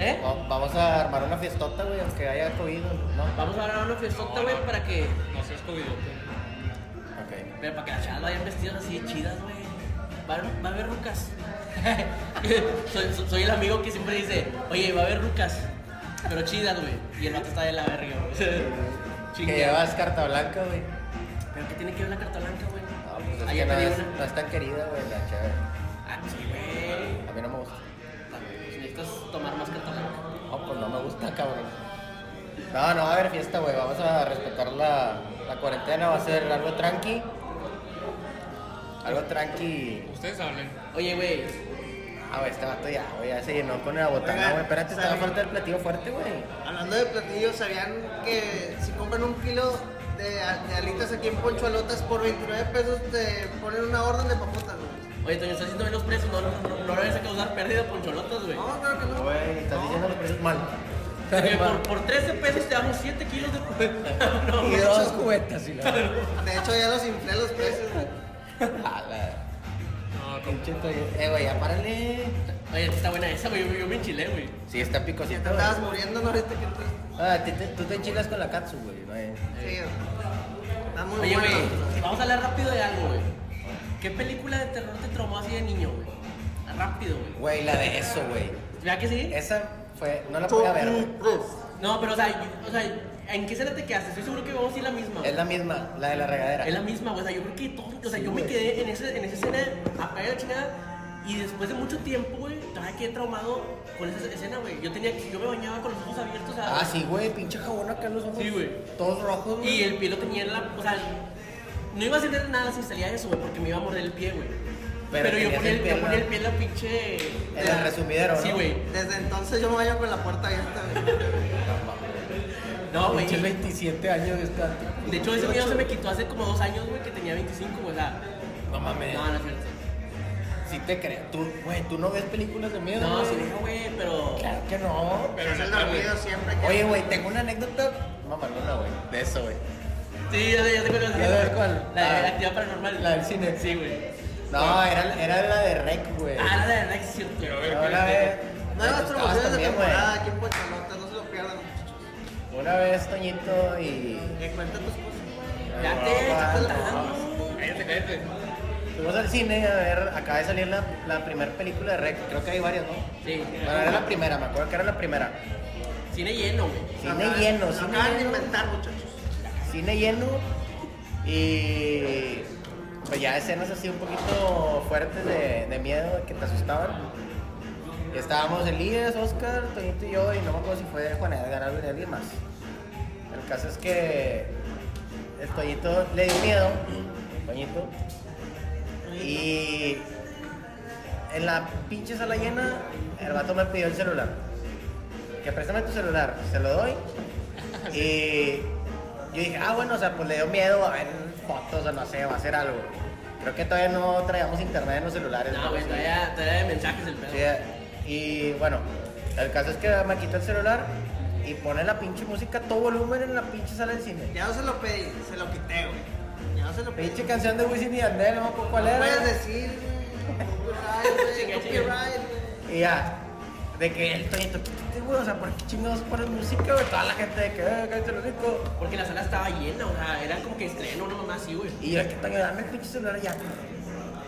[SPEAKER 2] ¿Eh?
[SPEAKER 3] Va- Vamos a armar una fiestota, güey, aunque haya COVID, ¿no?
[SPEAKER 2] Vamos a hablar una fiestota, güey, para que.
[SPEAKER 4] No seas covidote.
[SPEAKER 3] Ok.
[SPEAKER 2] Pero para que las chavas vayan vestidas así de chidas, güey. Va, a haber- va a haber rucas. soy, so- soy el amigo que siempre dice, oye, va a haber rucas. Pero chidas, güey. Y el vato está de la verga, güey.
[SPEAKER 3] Que
[SPEAKER 2] Chingada.
[SPEAKER 3] llevas carta blanca, güey.
[SPEAKER 2] Pero ¿qué tiene que ver la carta blanca, güey?
[SPEAKER 3] No, pues es
[SPEAKER 2] Ayer
[SPEAKER 3] que no
[SPEAKER 2] pedí
[SPEAKER 3] es,
[SPEAKER 2] una.
[SPEAKER 3] no es tan querida, güey, la chave.
[SPEAKER 2] Ah, sí, güey.
[SPEAKER 3] A mí no me gusta.
[SPEAKER 2] Pues necesitas tomar más carta blanca.
[SPEAKER 3] No, pues no me gusta, cabrón. No, no va a haber fiesta, güey. Vamos a respetar la, la cuarentena. Va a ser algo tranqui. Algo tranqui.
[SPEAKER 4] Ustedes hablen.
[SPEAKER 2] Oye, güey.
[SPEAKER 3] Ah, güey, este vato ya, güey, ya se llenó con la botana,
[SPEAKER 1] Oigan,
[SPEAKER 3] güey. Espérate, estaba
[SPEAKER 1] ¿saben?
[SPEAKER 3] falta el platillo fuerte, güey.
[SPEAKER 1] Hablando de platillos, ¿sabían que si compran un kilo de, a- de alitas aquí en Ponchualotas por 29 pesos te ponen una orden de papotas, güey?
[SPEAKER 2] Oye, Toño, estás haciendo bien los precios. No, no, no, no vayas a causar pérdida con cholotas, güey.
[SPEAKER 1] No, claro que no.
[SPEAKER 3] Güey, estás diciendo los precios mal.
[SPEAKER 2] Porque
[SPEAKER 3] Mal.
[SPEAKER 2] por, por 13 pesos te damos 7 kilos de... no,
[SPEAKER 3] Y
[SPEAKER 2] güey.
[SPEAKER 3] dos cubetas y la.
[SPEAKER 1] De hecho, ya los inflé los precios, güey.
[SPEAKER 3] A la
[SPEAKER 4] No, no.
[SPEAKER 3] pinche Toyo. Eh, güey, ya párale.
[SPEAKER 2] Oye, está buena esa, güey. Yo me enchilé, güey.
[SPEAKER 3] Sí, está
[SPEAKER 1] Ya te
[SPEAKER 3] picosito, güey.
[SPEAKER 1] andabas muriendo, ¿no? Ahorita que entraste.
[SPEAKER 3] Ah, a ti te- tú te enchilas con la katsu, güey, no hay-
[SPEAKER 1] Sí, güey. Está muy
[SPEAKER 2] Oye,
[SPEAKER 1] bueno.
[SPEAKER 2] güey, vamos a hablar rápido de algo, güey. ¿Qué película de terror te traumó así de niño, güey? Rápido, güey.
[SPEAKER 3] Güey, la de eso, güey.
[SPEAKER 2] ¿Verdad que sí?
[SPEAKER 3] Esa fue. No la podía ver, güey.
[SPEAKER 2] No, pero o sea, yo- o sea, ¿en qué escena te quedaste? Estoy seguro que vamos a ir la misma.
[SPEAKER 3] Es la misma, la de la regadera.
[SPEAKER 2] Es la misma, güey. O sea, yo creo que todo. O sea,
[SPEAKER 3] Sí,
[SPEAKER 2] yo me
[SPEAKER 3] güey.
[SPEAKER 2] quedé en, ese, en esa escena, apagué la chingada. Y después de mucho tiempo, güey, todavía quedé traumado con esa escena, güey. Yo tenía que. Yo me bañaba con los ojos abiertos. o sea,
[SPEAKER 3] Ah, sí, güey, pinche jabón acá en los ojos.
[SPEAKER 2] Sí, güey.
[SPEAKER 3] Todos rojos, güey.
[SPEAKER 2] Y el pie lo tenía en la. O sea, no iba a hacer nada si salía eso, güey, porque me iba a morder el pie, güey. Pero,
[SPEAKER 3] Pero
[SPEAKER 2] yo
[SPEAKER 3] tenías
[SPEAKER 2] ponía el,
[SPEAKER 3] el pie
[SPEAKER 2] yo
[SPEAKER 3] en la-
[SPEAKER 2] ponía el pie en la pinche.
[SPEAKER 3] En
[SPEAKER 2] la-
[SPEAKER 3] el resumidero,
[SPEAKER 2] Sí,
[SPEAKER 3] ¿no?
[SPEAKER 2] güey.
[SPEAKER 1] Desde entonces yo me baño con la puerta abierta, güey.
[SPEAKER 2] No, güey.
[SPEAKER 3] Pinche 27 años de este esta.
[SPEAKER 2] De hecho, ese miedo se me quitó hace como dos años, güey, que tenía 25, güey. O sea,
[SPEAKER 3] No mames.
[SPEAKER 2] no, no es cierto.
[SPEAKER 3] Sí te creo. Tú, güey, tú no ves películas de miedo,
[SPEAKER 2] No,
[SPEAKER 3] güey?
[SPEAKER 2] sí, no, güey, pero.
[SPEAKER 3] Claro que no.
[SPEAKER 4] Pero en
[SPEAKER 1] Es
[SPEAKER 4] la
[SPEAKER 1] el
[SPEAKER 4] tarde.
[SPEAKER 1] dormido siempre que...
[SPEAKER 3] Oye, güey, tengo una anécdota. Mamalona, güey. De eso, güey.
[SPEAKER 2] Sí, ya sé, ya sé cuál es.
[SPEAKER 3] Ya sabes cuál.
[SPEAKER 2] La de
[SPEAKER 3] Ah.
[SPEAKER 2] la actividad paranormal.
[SPEAKER 3] La del cine. Eh.
[SPEAKER 2] Sí, güey.
[SPEAKER 3] No, era, era la de Rec, güey.
[SPEAKER 2] Ah, la de la que es cierto.
[SPEAKER 4] Quiero ver
[SPEAKER 3] Una vez.
[SPEAKER 1] Nuevas
[SPEAKER 3] Estabas
[SPEAKER 1] promociones de
[SPEAKER 3] también, güey.
[SPEAKER 1] temporada aquí en Ponchualotas, no se lo pierdan, muchachos.
[SPEAKER 3] Una vez, Toñito y.
[SPEAKER 1] Que cuentan tus cosas.
[SPEAKER 2] Ya te está contando.
[SPEAKER 4] Cállate, cállate.
[SPEAKER 3] Fuimos al cine a ver, acaba de salir la, la primera película de Rec. Creo que hay varias, ¿no?
[SPEAKER 2] Sí.
[SPEAKER 3] Bueno, era la primera, me acuerdo que era la primera.
[SPEAKER 2] Cine lleno, güey.
[SPEAKER 3] Cine lleno,
[SPEAKER 1] Se
[SPEAKER 3] cine
[SPEAKER 1] acaban de
[SPEAKER 3] lleno.
[SPEAKER 1] inventar, muchachos.
[SPEAKER 3] Cine lleno y pues ya escenas así un poquito fuertes de, de miedo, de que te asustaban. Y estábamos Elías, Oscar, Toñito y yo, y no me acuerdo si fue Juan Edgar Álvarez y alguien más. El caso es que el Toñito le dio miedo, Toñito, y en la pinche sala llena, el vato me pidió el celular. Que préstame tu celular, se lo doy. Y yo dije, ah, bueno, o sea, pues le dio miedo a ver fotos o no sé, o hacer algo. Creo que todavía no traíamos internet en los celulares.
[SPEAKER 2] No,
[SPEAKER 3] pero
[SPEAKER 2] güey,
[SPEAKER 3] sí.
[SPEAKER 2] todavía, todavía de mensajes el pedo.
[SPEAKER 3] Sí, y bueno, el caso es que me quita el celular y pone la pinche música a todo volumen en la pinche sala de cine.
[SPEAKER 1] Ya no se lo pedí, se lo quité, güey. Ya no se lo pedí.
[SPEAKER 3] Pinche canción de Wisin y Yandel, no me acuerdo cuál
[SPEAKER 1] No
[SPEAKER 3] era.
[SPEAKER 1] puedes decir, güey. Copyright,
[SPEAKER 2] Chinga,
[SPEAKER 1] güey.
[SPEAKER 2] chinga.
[SPEAKER 1] Copyright, güey.
[SPEAKER 3] Y ya, de que el Toñito, quítate, güey, o sea, ¿por qué chingados pones música, güey? Toda la gente de que, eh, cállate lo rico.
[SPEAKER 2] Porque la sala estaba llena, o sea, era como que estreno, una mamá así, güey.
[SPEAKER 3] Y yo, que Toño, dame el pinche celular ya.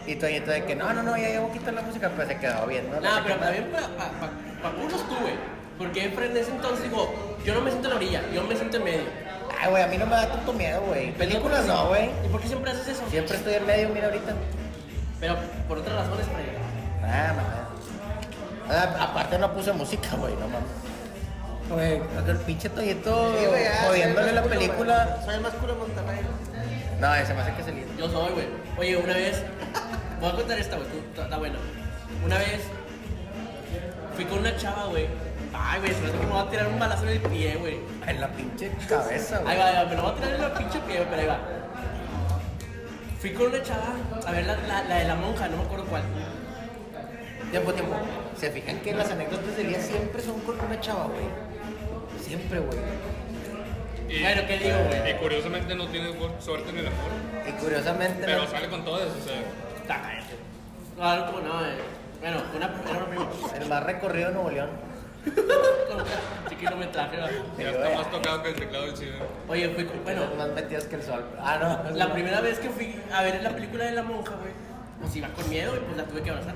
[SPEAKER 3] Y Toñito de que, no, no, no, ya, ya voy a quitar la música, pues se quedó bien, ¿no?
[SPEAKER 2] No, Ah, pero
[SPEAKER 3] para
[SPEAKER 2] también para pa, pa, pa unos tú, güey. Porque Efren en ese entonces dijo, yo no me siento en la orilla, yo me siento en medio.
[SPEAKER 3] Ay, güey, a mí no me da tanto miedo, güey. Películas no, güey.
[SPEAKER 2] ¿Y por qué siempre haces eso?
[SPEAKER 3] Siempre estoy en medio, mira ahorita.
[SPEAKER 2] Pero por otras razones, Freddy.
[SPEAKER 3] Nada más. Ah, Aparte no puse música, güey, no mames. Güey, ah, el pinche Toñito
[SPEAKER 1] Sí, güey, ya,
[SPEAKER 3] jodiéndole
[SPEAKER 1] soy
[SPEAKER 3] la
[SPEAKER 1] el más culo,
[SPEAKER 3] película.
[SPEAKER 1] güey. Soy el más culo de Monterrey.
[SPEAKER 3] No, ese me hace que se lindo.
[SPEAKER 2] Yo soy, güey. Oye, una vez. Voy a contar esta, güey. tú- Está buena. Una vez. Fui con una chava, güey. Ay, güey, se me hace que me va a tirar un balazo en el pie, güey.
[SPEAKER 3] En la pinche cabeza,
[SPEAKER 2] Ahí
[SPEAKER 3] güey.
[SPEAKER 2] va, ahí va, me lo va a tirar en la pinche pie, güey, pero ahí va. Fui con una chava, a ver la, la, la de la monja, no me acuerdo cuál.
[SPEAKER 3] Tiempo, tiempo. Se fijan que las anécdotas del día siempre son con una chava, güey. Siempre, güey.
[SPEAKER 4] Y,
[SPEAKER 2] Bueno, ¿qué digo, güey?
[SPEAKER 4] y curiosamente no tiene bu- suerte en el amor,
[SPEAKER 3] Y curiosamente.
[SPEAKER 4] pero
[SPEAKER 3] no-
[SPEAKER 4] sale con todas, o sea.
[SPEAKER 2] Está cállate. No, no, como no, eh. Bueno, una era una prima.
[SPEAKER 3] El más recorrido de Nuevo León.
[SPEAKER 2] Sí, kilometraje, va.
[SPEAKER 3] Sí,
[SPEAKER 4] Ya está
[SPEAKER 3] güey.
[SPEAKER 4] más tocado que el teclado del cine.
[SPEAKER 2] Oye, fui con. Bueno,
[SPEAKER 3] Más metidos que el sol. Ah, no.
[SPEAKER 2] La primera vez que fui a ver la película de la monja, güey, pues iba con miedo y pues la tuve que abrazar.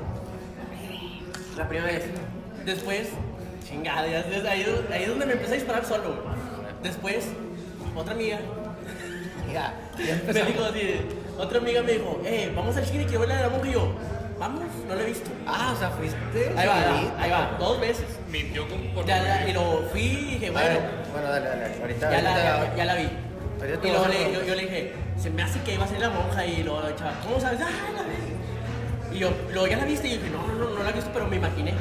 [SPEAKER 2] La primera vez. Después, chingada, ya- desde ahí, ahí es donde me empecé a disparar solo, güey. Después, otra amiga
[SPEAKER 3] Mira, ya
[SPEAKER 2] me
[SPEAKER 3] empezó.
[SPEAKER 2] dijo así, de- otra amiga me dijo, eh, vamos al cine que ver la de la monja y yo, vamos, no la he visto.
[SPEAKER 3] Ah, o sea, fuiste.
[SPEAKER 2] Ahí va, ahí
[SPEAKER 3] solito.
[SPEAKER 2] va, ahí va, dos veces.
[SPEAKER 4] Mintió con por
[SPEAKER 2] Ya, la- y lo fui y dije,
[SPEAKER 3] A ver,
[SPEAKER 2] bueno,
[SPEAKER 3] Bueno, dale, dale. Ahorita.
[SPEAKER 2] ya la,
[SPEAKER 3] ahorita-
[SPEAKER 2] ya, ya la vi.
[SPEAKER 3] Pero yo te
[SPEAKER 2] Y
[SPEAKER 3] voy a
[SPEAKER 2] luego
[SPEAKER 3] hacer
[SPEAKER 2] le- yo,
[SPEAKER 3] una
[SPEAKER 2] yo le dije, se me hace que iba a ser la monja y luego la chava, ¿cómo sabes? Ah, la vi. Y yo, luego ya la viste y yo dije, no, no, no, no la he visto, pero me imaginé.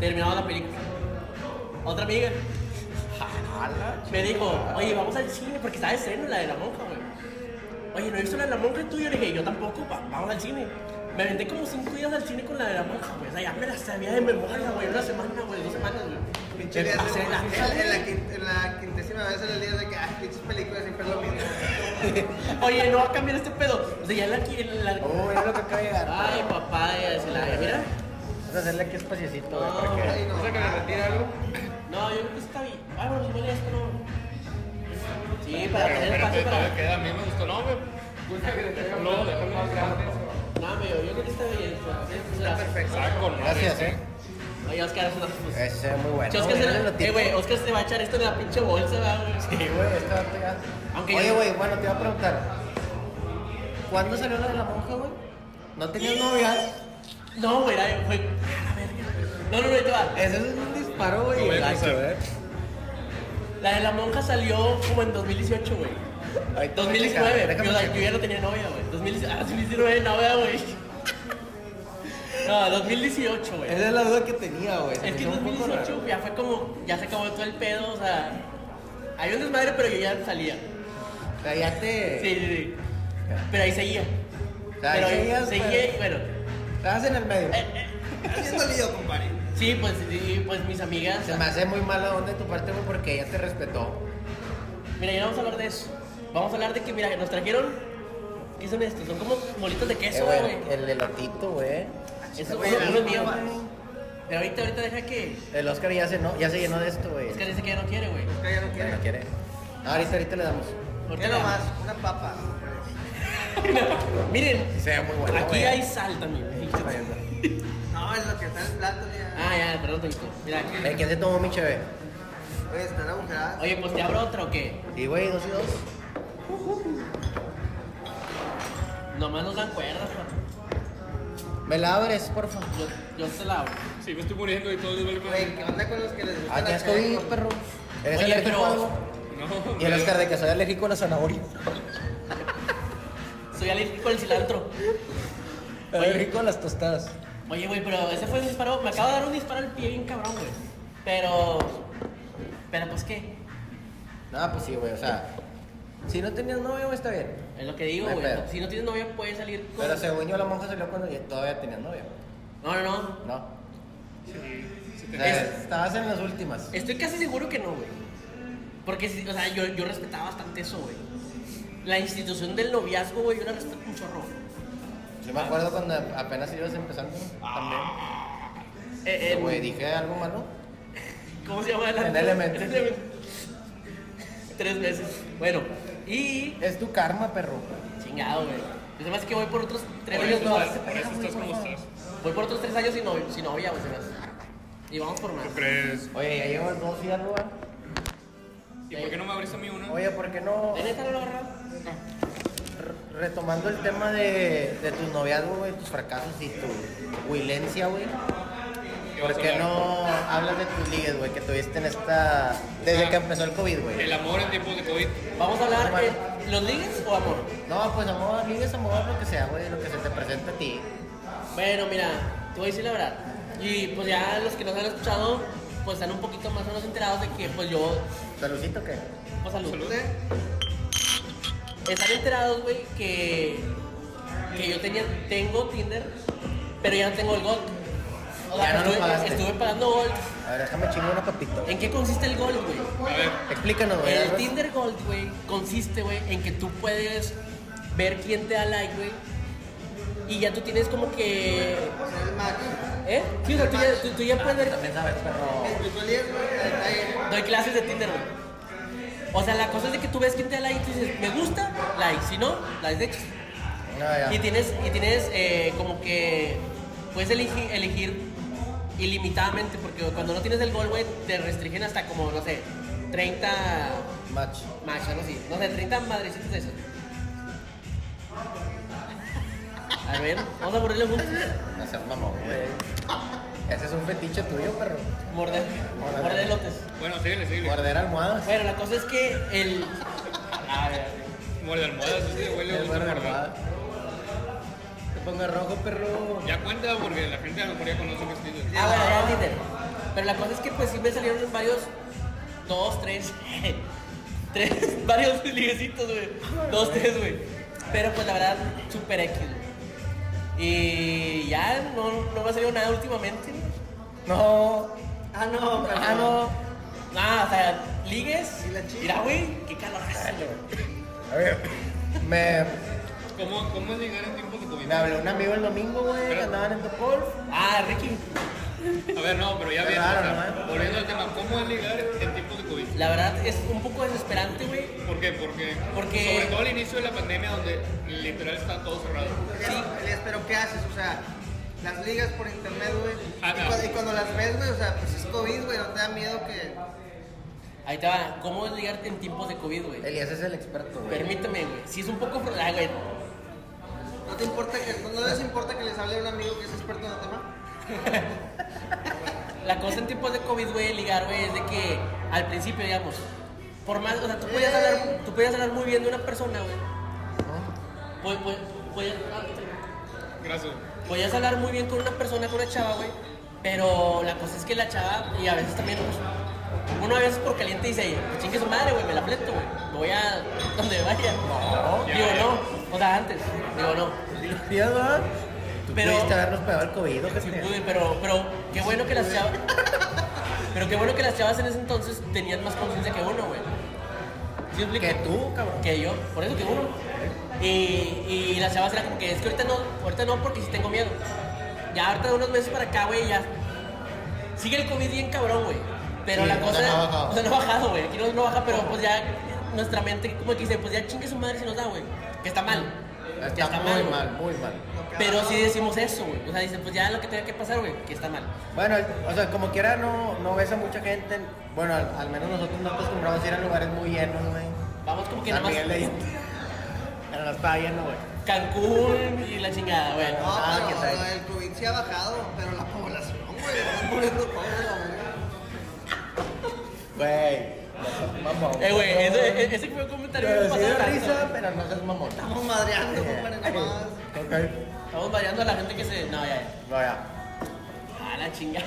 [SPEAKER 2] Terminaba la película. Otra amiga
[SPEAKER 3] Ala.
[SPEAKER 2] me dijo, oye, vamos al cine porque está de estreno la de la monja, güey. Oye, no he visto la de la monja tú. Yo le dije, yo tampoco, pa, vamos al cine. Me vendé como cinco días al cine con la de la monja, güey. O sea, ya me la sabía de memoria, güey. Una semana, güey, dos semanas, güey.
[SPEAKER 1] Pinche
[SPEAKER 2] Me
[SPEAKER 1] día
[SPEAKER 2] pasé
[SPEAKER 1] de-
[SPEAKER 2] la tele,
[SPEAKER 1] En la quin- en la quintésima vez en el día de que, ah, pinches películas siempre es lo mismo.
[SPEAKER 2] Oye, no va a cambiar este pedo. O sea, ya la. la, la...
[SPEAKER 3] Uy, es lo que acaba de llegar.
[SPEAKER 2] Ay, papá, ya se la. Mira.
[SPEAKER 3] Vamos a hacerle aquí espaciocito, güey,
[SPEAKER 2] No,
[SPEAKER 1] Ay,
[SPEAKER 3] porque...
[SPEAKER 1] no.
[SPEAKER 2] No, yo creo que está bien. Ah, bueno, igual ya esto no. Sí, para
[SPEAKER 4] Pero
[SPEAKER 2] tener espacio
[SPEAKER 4] espérate, todavía
[SPEAKER 2] para.
[SPEAKER 4] queda, a mí me gustó. No, güey. Déjalo, déjalo.
[SPEAKER 2] No, me yo creo que está bien. Está perfecto.
[SPEAKER 4] Está con madre,
[SPEAKER 3] Gracias,
[SPEAKER 4] sí.
[SPEAKER 3] eh.
[SPEAKER 2] Oye, Oscar, es una. pues,
[SPEAKER 3] Ese es muy bueno.
[SPEAKER 2] si Oscar
[SPEAKER 3] güey,
[SPEAKER 2] se
[SPEAKER 3] dale lo
[SPEAKER 2] la- Eh,
[SPEAKER 3] tipo.
[SPEAKER 2] güey, Oscar se va a echar esto en la pinche bolsa, ¿verdad, güey.
[SPEAKER 3] Sí, güey, este vato ya-
[SPEAKER 2] Aunque
[SPEAKER 3] Oye,
[SPEAKER 2] yo-
[SPEAKER 3] güey, bueno, te iba a preguntar. ¿Cuándo salió la de la monja, güey? ¿No tenías novia?
[SPEAKER 2] No, güey, era- fue. Ah, la verga. No, no, no, ahí te va.
[SPEAKER 3] Ese es un disparo,
[SPEAKER 4] Lo voy
[SPEAKER 3] güey.
[SPEAKER 4] a
[SPEAKER 3] gacho,
[SPEAKER 4] cruzar.
[SPEAKER 3] güey.
[SPEAKER 2] La de la monja salió como en 2018, güey.
[SPEAKER 3] Ahí te voy a
[SPEAKER 2] 2019,
[SPEAKER 3] checar,
[SPEAKER 2] yo,
[SPEAKER 3] déjame
[SPEAKER 2] yo ya no tenía novia, güey. 2019, ah, 2019 novia, güey. No, 2018, güey.
[SPEAKER 3] Esa es la duda que tenía, güey. se
[SPEAKER 2] Es
[SPEAKER 3] me
[SPEAKER 2] que
[SPEAKER 3] hizo un poco
[SPEAKER 2] 2018 ya fue como, ya se acabó todo el pedo, o sea, hay un desmadre, pero yo ya salía.
[SPEAKER 3] raro. O sea, ya te...
[SPEAKER 2] Sí, sí, sí. Pero ahí seguía.
[SPEAKER 3] O sea, ahí
[SPEAKER 2] pero ahí
[SPEAKER 3] seguías,
[SPEAKER 2] seguía,
[SPEAKER 3] pero-
[SPEAKER 2] y bueno.
[SPEAKER 3] Estabas en el medio.
[SPEAKER 2] eh, eh,
[SPEAKER 1] Haciendo lío, compadre.
[SPEAKER 2] sí, pues, sí, pues mis amigas.
[SPEAKER 3] Se me hace muy mala onda de tu parte, güey, porque ella te respetó.
[SPEAKER 2] Mira, ya no vamos a hablar de eso. Vamos a hablar de que, mira, nos trajeron. ¿Qué son estos? Son como bolitas de
[SPEAKER 3] Eh, eh,
[SPEAKER 2] queso,
[SPEAKER 3] güey,
[SPEAKER 2] güey.
[SPEAKER 3] el elotito, güey.
[SPEAKER 2] Eso
[SPEAKER 1] güey,
[SPEAKER 2] uno, uno es
[SPEAKER 1] las
[SPEAKER 2] mío,
[SPEAKER 1] papas.
[SPEAKER 2] güey. Pero ahorita, ahorita deja que.
[SPEAKER 3] El Oscar ya se, no, ya se llenó de esto, güey.
[SPEAKER 2] Es que dice que ya no quiere, güey.
[SPEAKER 1] Que ya no
[SPEAKER 3] Ya no
[SPEAKER 1] quiere.
[SPEAKER 3] quiere. No, ahorita, ahorita le damos.
[SPEAKER 2] Ahorita
[SPEAKER 1] Ya
[SPEAKER 2] le damos.
[SPEAKER 1] nomás, una papa.
[SPEAKER 2] Miren,
[SPEAKER 3] Se ve muy bueno,
[SPEAKER 2] aquí
[SPEAKER 3] güey.
[SPEAKER 2] hay sal también.
[SPEAKER 1] No, es lo que está en el plato, ya.
[SPEAKER 2] Ah, ya, perdón, Toñito. Mira, aquí.
[SPEAKER 3] Eh, ¿Quién se tomó mi cheve?
[SPEAKER 1] Oye, están agujeradas.
[SPEAKER 2] Oye, pues te abro otra o qué?
[SPEAKER 3] Y güey, dos y dos.
[SPEAKER 2] Nomás nos dan cuerdas, pa.
[SPEAKER 3] Me la abres, porfa.
[SPEAKER 2] yo, yo te la abro.
[SPEAKER 4] Sí, me estoy muriendo y todo les vale madre.
[SPEAKER 1] Güey, ¿qué onda con los que les gusta
[SPEAKER 3] Aquí
[SPEAKER 1] la
[SPEAKER 3] Ah, estoy,
[SPEAKER 1] chela?
[SPEAKER 3] perro. ¿Eres
[SPEAKER 2] Oye,
[SPEAKER 3] alérgico
[SPEAKER 2] pero-
[SPEAKER 3] a algo?
[SPEAKER 4] No,
[SPEAKER 3] Y el
[SPEAKER 4] güey.
[SPEAKER 3] Oscar de que soy alérgico a la zanahoria.
[SPEAKER 2] Soy alérgico al cilantro.
[SPEAKER 3] Alérgico a las tostadas.
[SPEAKER 2] Oye, güey, pero ese fue un disparo. Me acaba de dar un disparo al pie bien cabrón, güey. Pero. Pero pues qué.
[SPEAKER 3] No, pues sí, güey, o sea. Si no tenías novio, güey, está bien.
[SPEAKER 2] Es lo que digo,
[SPEAKER 3] No hay
[SPEAKER 2] güey.
[SPEAKER 3] pedo.
[SPEAKER 2] Si no tienes novia, puedes salir con.
[SPEAKER 3] Pero según yo, la monja salió cuando ya- todavía tenía novia.
[SPEAKER 2] No, no, no.
[SPEAKER 3] No.
[SPEAKER 4] Sí, sí
[SPEAKER 3] O
[SPEAKER 4] te-
[SPEAKER 3] sea,
[SPEAKER 2] Es-
[SPEAKER 3] estabas en las últimas.
[SPEAKER 2] Estoy casi seguro que no, güey. Porque, sí, o sea, yo, yo respetaba bastante eso, güey. La institución del noviazgo, güey, yo la respeto un chorro.
[SPEAKER 3] Yo me acuerdo cuando apenas ibas empezando también.
[SPEAKER 2] Eh, eh,
[SPEAKER 3] Ah. Güey, dije algo malo.
[SPEAKER 2] ¿Cómo se llama la
[SPEAKER 3] En Element.
[SPEAKER 2] Tres veces. Bueno, y.
[SPEAKER 3] Es tu karma, perro.
[SPEAKER 2] Chingado, güey. Yo se me hace que voy por otros tres
[SPEAKER 4] Por
[SPEAKER 2] años.
[SPEAKER 4] eso
[SPEAKER 3] no,
[SPEAKER 4] estás-
[SPEAKER 3] se
[SPEAKER 4] por
[SPEAKER 3] pega
[SPEAKER 4] eso
[SPEAKER 3] muy
[SPEAKER 4] estás como
[SPEAKER 3] bueno.
[SPEAKER 4] estás.
[SPEAKER 2] Voy por otros tres años sin, novia- sin novia, güey, se me hace. Y vamos por más.
[SPEAKER 4] ¿Tú crees?
[SPEAKER 3] Oye, ya llevas dos ¿eh? días, Rubén.
[SPEAKER 4] ¿Y por qué no me abriste a mí una?
[SPEAKER 3] Oye, ¿por qué no?
[SPEAKER 2] ¿De neta no lo agarras?
[SPEAKER 3] re- Retomando el tema de, de tus noviazgos, güey, tus fracasos y tu violencia, güey.
[SPEAKER 4] ¿Qué vas
[SPEAKER 3] ¿Por
[SPEAKER 4] a
[SPEAKER 3] qué
[SPEAKER 4] hablar?
[SPEAKER 3] no hablas de tus ligues, güey, que tuviste en esta. Desde
[SPEAKER 4] Ah.
[SPEAKER 3] que empezó el COVID, güey?
[SPEAKER 4] El amor en tiempos de COVID.
[SPEAKER 2] Vamos a hablar
[SPEAKER 3] Hermano.
[SPEAKER 2] de los ligues o amor.
[SPEAKER 3] No, pues amor, ligues, amor, lo que sea, güey, lo que se te presenta a ti.
[SPEAKER 2] Bueno, mira, te voy a decir la verdad. Y pues ya los que nos han escuchado, pues están un poquito más o menos enterados de que pues yo,
[SPEAKER 3] ¿Salucito qué?
[SPEAKER 2] pues salud.
[SPEAKER 4] Salud.
[SPEAKER 2] Están enterados, güey, que, que yo tenía, tengo Tinder, pero ya no tengo el Gold. O sea,
[SPEAKER 3] Ya no lo
[SPEAKER 2] estuve,
[SPEAKER 3] pagaste.
[SPEAKER 2] estuve pagando Gold.
[SPEAKER 3] A ver, déjame chingar una papita.
[SPEAKER 2] ¿En qué consiste el Gold, güey?
[SPEAKER 4] A ver,
[SPEAKER 3] Explícanos, güey.
[SPEAKER 2] El
[SPEAKER 3] algo.
[SPEAKER 2] Tinder Gold, güey, consiste, güey, en que tú puedes ver quién te da like, güey. Y ya tú tienes como que.
[SPEAKER 1] Hacer el match.
[SPEAKER 2] ¿Eh? Sí, o sea, tú ya, tú- tú ya puedes ver.
[SPEAKER 3] También sabes, perro.
[SPEAKER 1] Pues, solías, güey, a detalle.
[SPEAKER 2] Doy clases de Tinder, güey. O sea, la cosa es de que tú ves quién te da like y tú dices, me gusta, like. Si no, like de
[SPEAKER 3] No, ya.
[SPEAKER 2] Y tienes, y tienes eh, como que puedes elegir, elegir ilimitadamente, porque cuando no tienes el gol, güey, te restringen hasta como, no sé, 30
[SPEAKER 3] Match.
[SPEAKER 2] Max, algo así. No sé, 30 madrecitas de esas. A ver, vamos a morderle juntos.
[SPEAKER 3] No seas mamón, güey. Ese es un fetiche tuyo, perro.
[SPEAKER 2] Morder.
[SPEAKER 3] Morder.
[SPEAKER 2] Morder elotes.
[SPEAKER 4] bueno, síguele, síguele.
[SPEAKER 3] Guardar almohadas.
[SPEAKER 2] Bueno, la cosa es que el. A ver, a ver.
[SPEAKER 4] Muerde almohadas, este güey le
[SPEAKER 3] Es
[SPEAKER 4] gusta
[SPEAKER 3] guardar
[SPEAKER 4] morder.
[SPEAKER 3] almohadas. Te pongo rojo, perro.
[SPEAKER 4] Ya cuenta porque la gente a lo mejor ya conoce que es Tinder.
[SPEAKER 2] Ah, bueno, ya Tinder. Pero la cosa es que pues sí me salieron varios. Dos, tres. tres, varios liguecitos, güey. Dos, tres, güey. Pero pues la verdad, super X, güey. Y ya no, no me ha salido nada últimamente.
[SPEAKER 3] No.
[SPEAKER 1] Ah, no, pero.
[SPEAKER 2] Ah, no. Ah, o sea, ligues.
[SPEAKER 1] Y la chica.
[SPEAKER 2] Mira, güey, qué calor hace, güey.
[SPEAKER 3] A ver. Me,
[SPEAKER 4] ¿Cómo, ¿Cómo es llegar en tiempos de COVID?
[SPEAKER 3] me habló un amigo el domingo, güey, que
[SPEAKER 4] Pero-
[SPEAKER 3] andaban en Topol.
[SPEAKER 2] Ah, Ricky.
[SPEAKER 4] A ver, no, pero ya
[SPEAKER 3] Qué
[SPEAKER 4] bien.
[SPEAKER 3] raro,
[SPEAKER 4] o sea,
[SPEAKER 3] ¿no, eh?
[SPEAKER 4] Volviendo al tema, ¿cómo es ligar en tiempos de COVID?
[SPEAKER 2] La verdad es un poco desesperante, güey.
[SPEAKER 4] ¿Por qué? Porque,
[SPEAKER 2] Porque-
[SPEAKER 4] sobre todo al inicio de la pandemia donde literal está todo cerrado.
[SPEAKER 1] Elías, Elías, pero ¿qué haces? O sea, las ligas por internet, güey.
[SPEAKER 4] Ah,
[SPEAKER 1] y,
[SPEAKER 4] no.
[SPEAKER 1] cuando, y cuando las ves, güey, o sea, pues es COVID, güey, no te da miedo que.
[SPEAKER 2] Ahí te va. ¿Cómo es ligarte en tiempos de COVID, güey?
[SPEAKER 3] Elías es el experto, güey.
[SPEAKER 2] Permíteme, güey. Si es un poco. fr- Ah, güey.
[SPEAKER 1] No te importa que. No les importa que les hable un amigo que es experto en el tema.
[SPEAKER 2] La cosa en tiempos de COVID, güey, ligar, güey, es de que al principio, digamos, por más. O sea, tú podías hablar, tú podías hablar muy bien de una persona, güey. Pues, pues, podías- ah,
[SPEAKER 4] Gracias.
[SPEAKER 2] Podías hablar muy bien con una persona, con una chava, güey. Pero la cosa es que la chava, y a veces también, pues, uno a veces por caliente dice, "Que chingue su madre, güey, me la fleto, güey. Me voy a donde vaya.
[SPEAKER 3] No.
[SPEAKER 4] Ya,
[SPEAKER 2] Digo,
[SPEAKER 4] ya.
[SPEAKER 2] no. O sea, antes. Digo, no.
[SPEAKER 3] Dios, ¿verdad? Tú
[SPEAKER 2] Pero-
[SPEAKER 3] pudiste habernos pegado el COVID, ¿o qué
[SPEAKER 2] Sí
[SPEAKER 3] te-
[SPEAKER 2] pude, pero, pero qué bueno que las chavas... Pero qué bueno que las chavas en ese entonces tenían más conciencia que uno, güey. ¿Sí me explico?
[SPEAKER 3] Que tú, cabrón.
[SPEAKER 2] Que yo, por eso que uno. Y, y las chavas eran como que es que ahorita no, ahorita no porque sí tengo miedo. Ya ahorita de unos meses para acá, güey, ya. Sigue el COVID bien cabrón, güey. Pero
[SPEAKER 3] Sí,
[SPEAKER 2] la
[SPEAKER 3] o
[SPEAKER 2] cosa.
[SPEAKER 3] sea, no ha bajado.
[SPEAKER 2] o sea, no ha bajado, güey. Aquí no, no baja, pero pues ya nuestra mente, como que dice, pues ya chingue su madre se nos da, güey. Que está mal.
[SPEAKER 3] Está,
[SPEAKER 2] Ya
[SPEAKER 3] muy
[SPEAKER 2] güey.
[SPEAKER 3] mal, muy mal.
[SPEAKER 2] Pero sí decimos eso, güey. O sea, dice, pues ya lo que tenga que pasar, güey, que está mal.
[SPEAKER 3] Bueno, o sea, como quiera no, no ves a mucha gente. Bueno, al, al menos nosotros no acostumbramos a ir a lugares muy llenos, güey.
[SPEAKER 2] Vamos como que
[SPEAKER 3] San
[SPEAKER 2] nada más.
[SPEAKER 3] Miguel de Allende. Pero no estaba lleno, güey.
[SPEAKER 2] Cancún y la chingada, güey.
[SPEAKER 1] No,
[SPEAKER 3] Ah, ¿qué
[SPEAKER 1] pero
[SPEAKER 3] tal?
[SPEAKER 1] el COVID sí ha bajado, pero la población, güey, está muriendo pobre la verga.
[SPEAKER 3] Güey, no seas mamón.
[SPEAKER 2] Eh, güey, ese, ese- ese fue un comentario
[SPEAKER 3] Pero
[SPEAKER 2] que
[SPEAKER 3] sí
[SPEAKER 2] pasó
[SPEAKER 3] da
[SPEAKER 2] tanto.
[SPEAKER 3] risa, pero no seas mamón.
[SPEAKER 1] Estamos madreando, compadre, nada más.
[SPEAKER 3] Ok.
[SPEAKER 2] Estamos variando a la gente que se. No, ya, ya.
[SPEAKER 3] Vaya.
[SPEAKER 2] Ah, la chinga.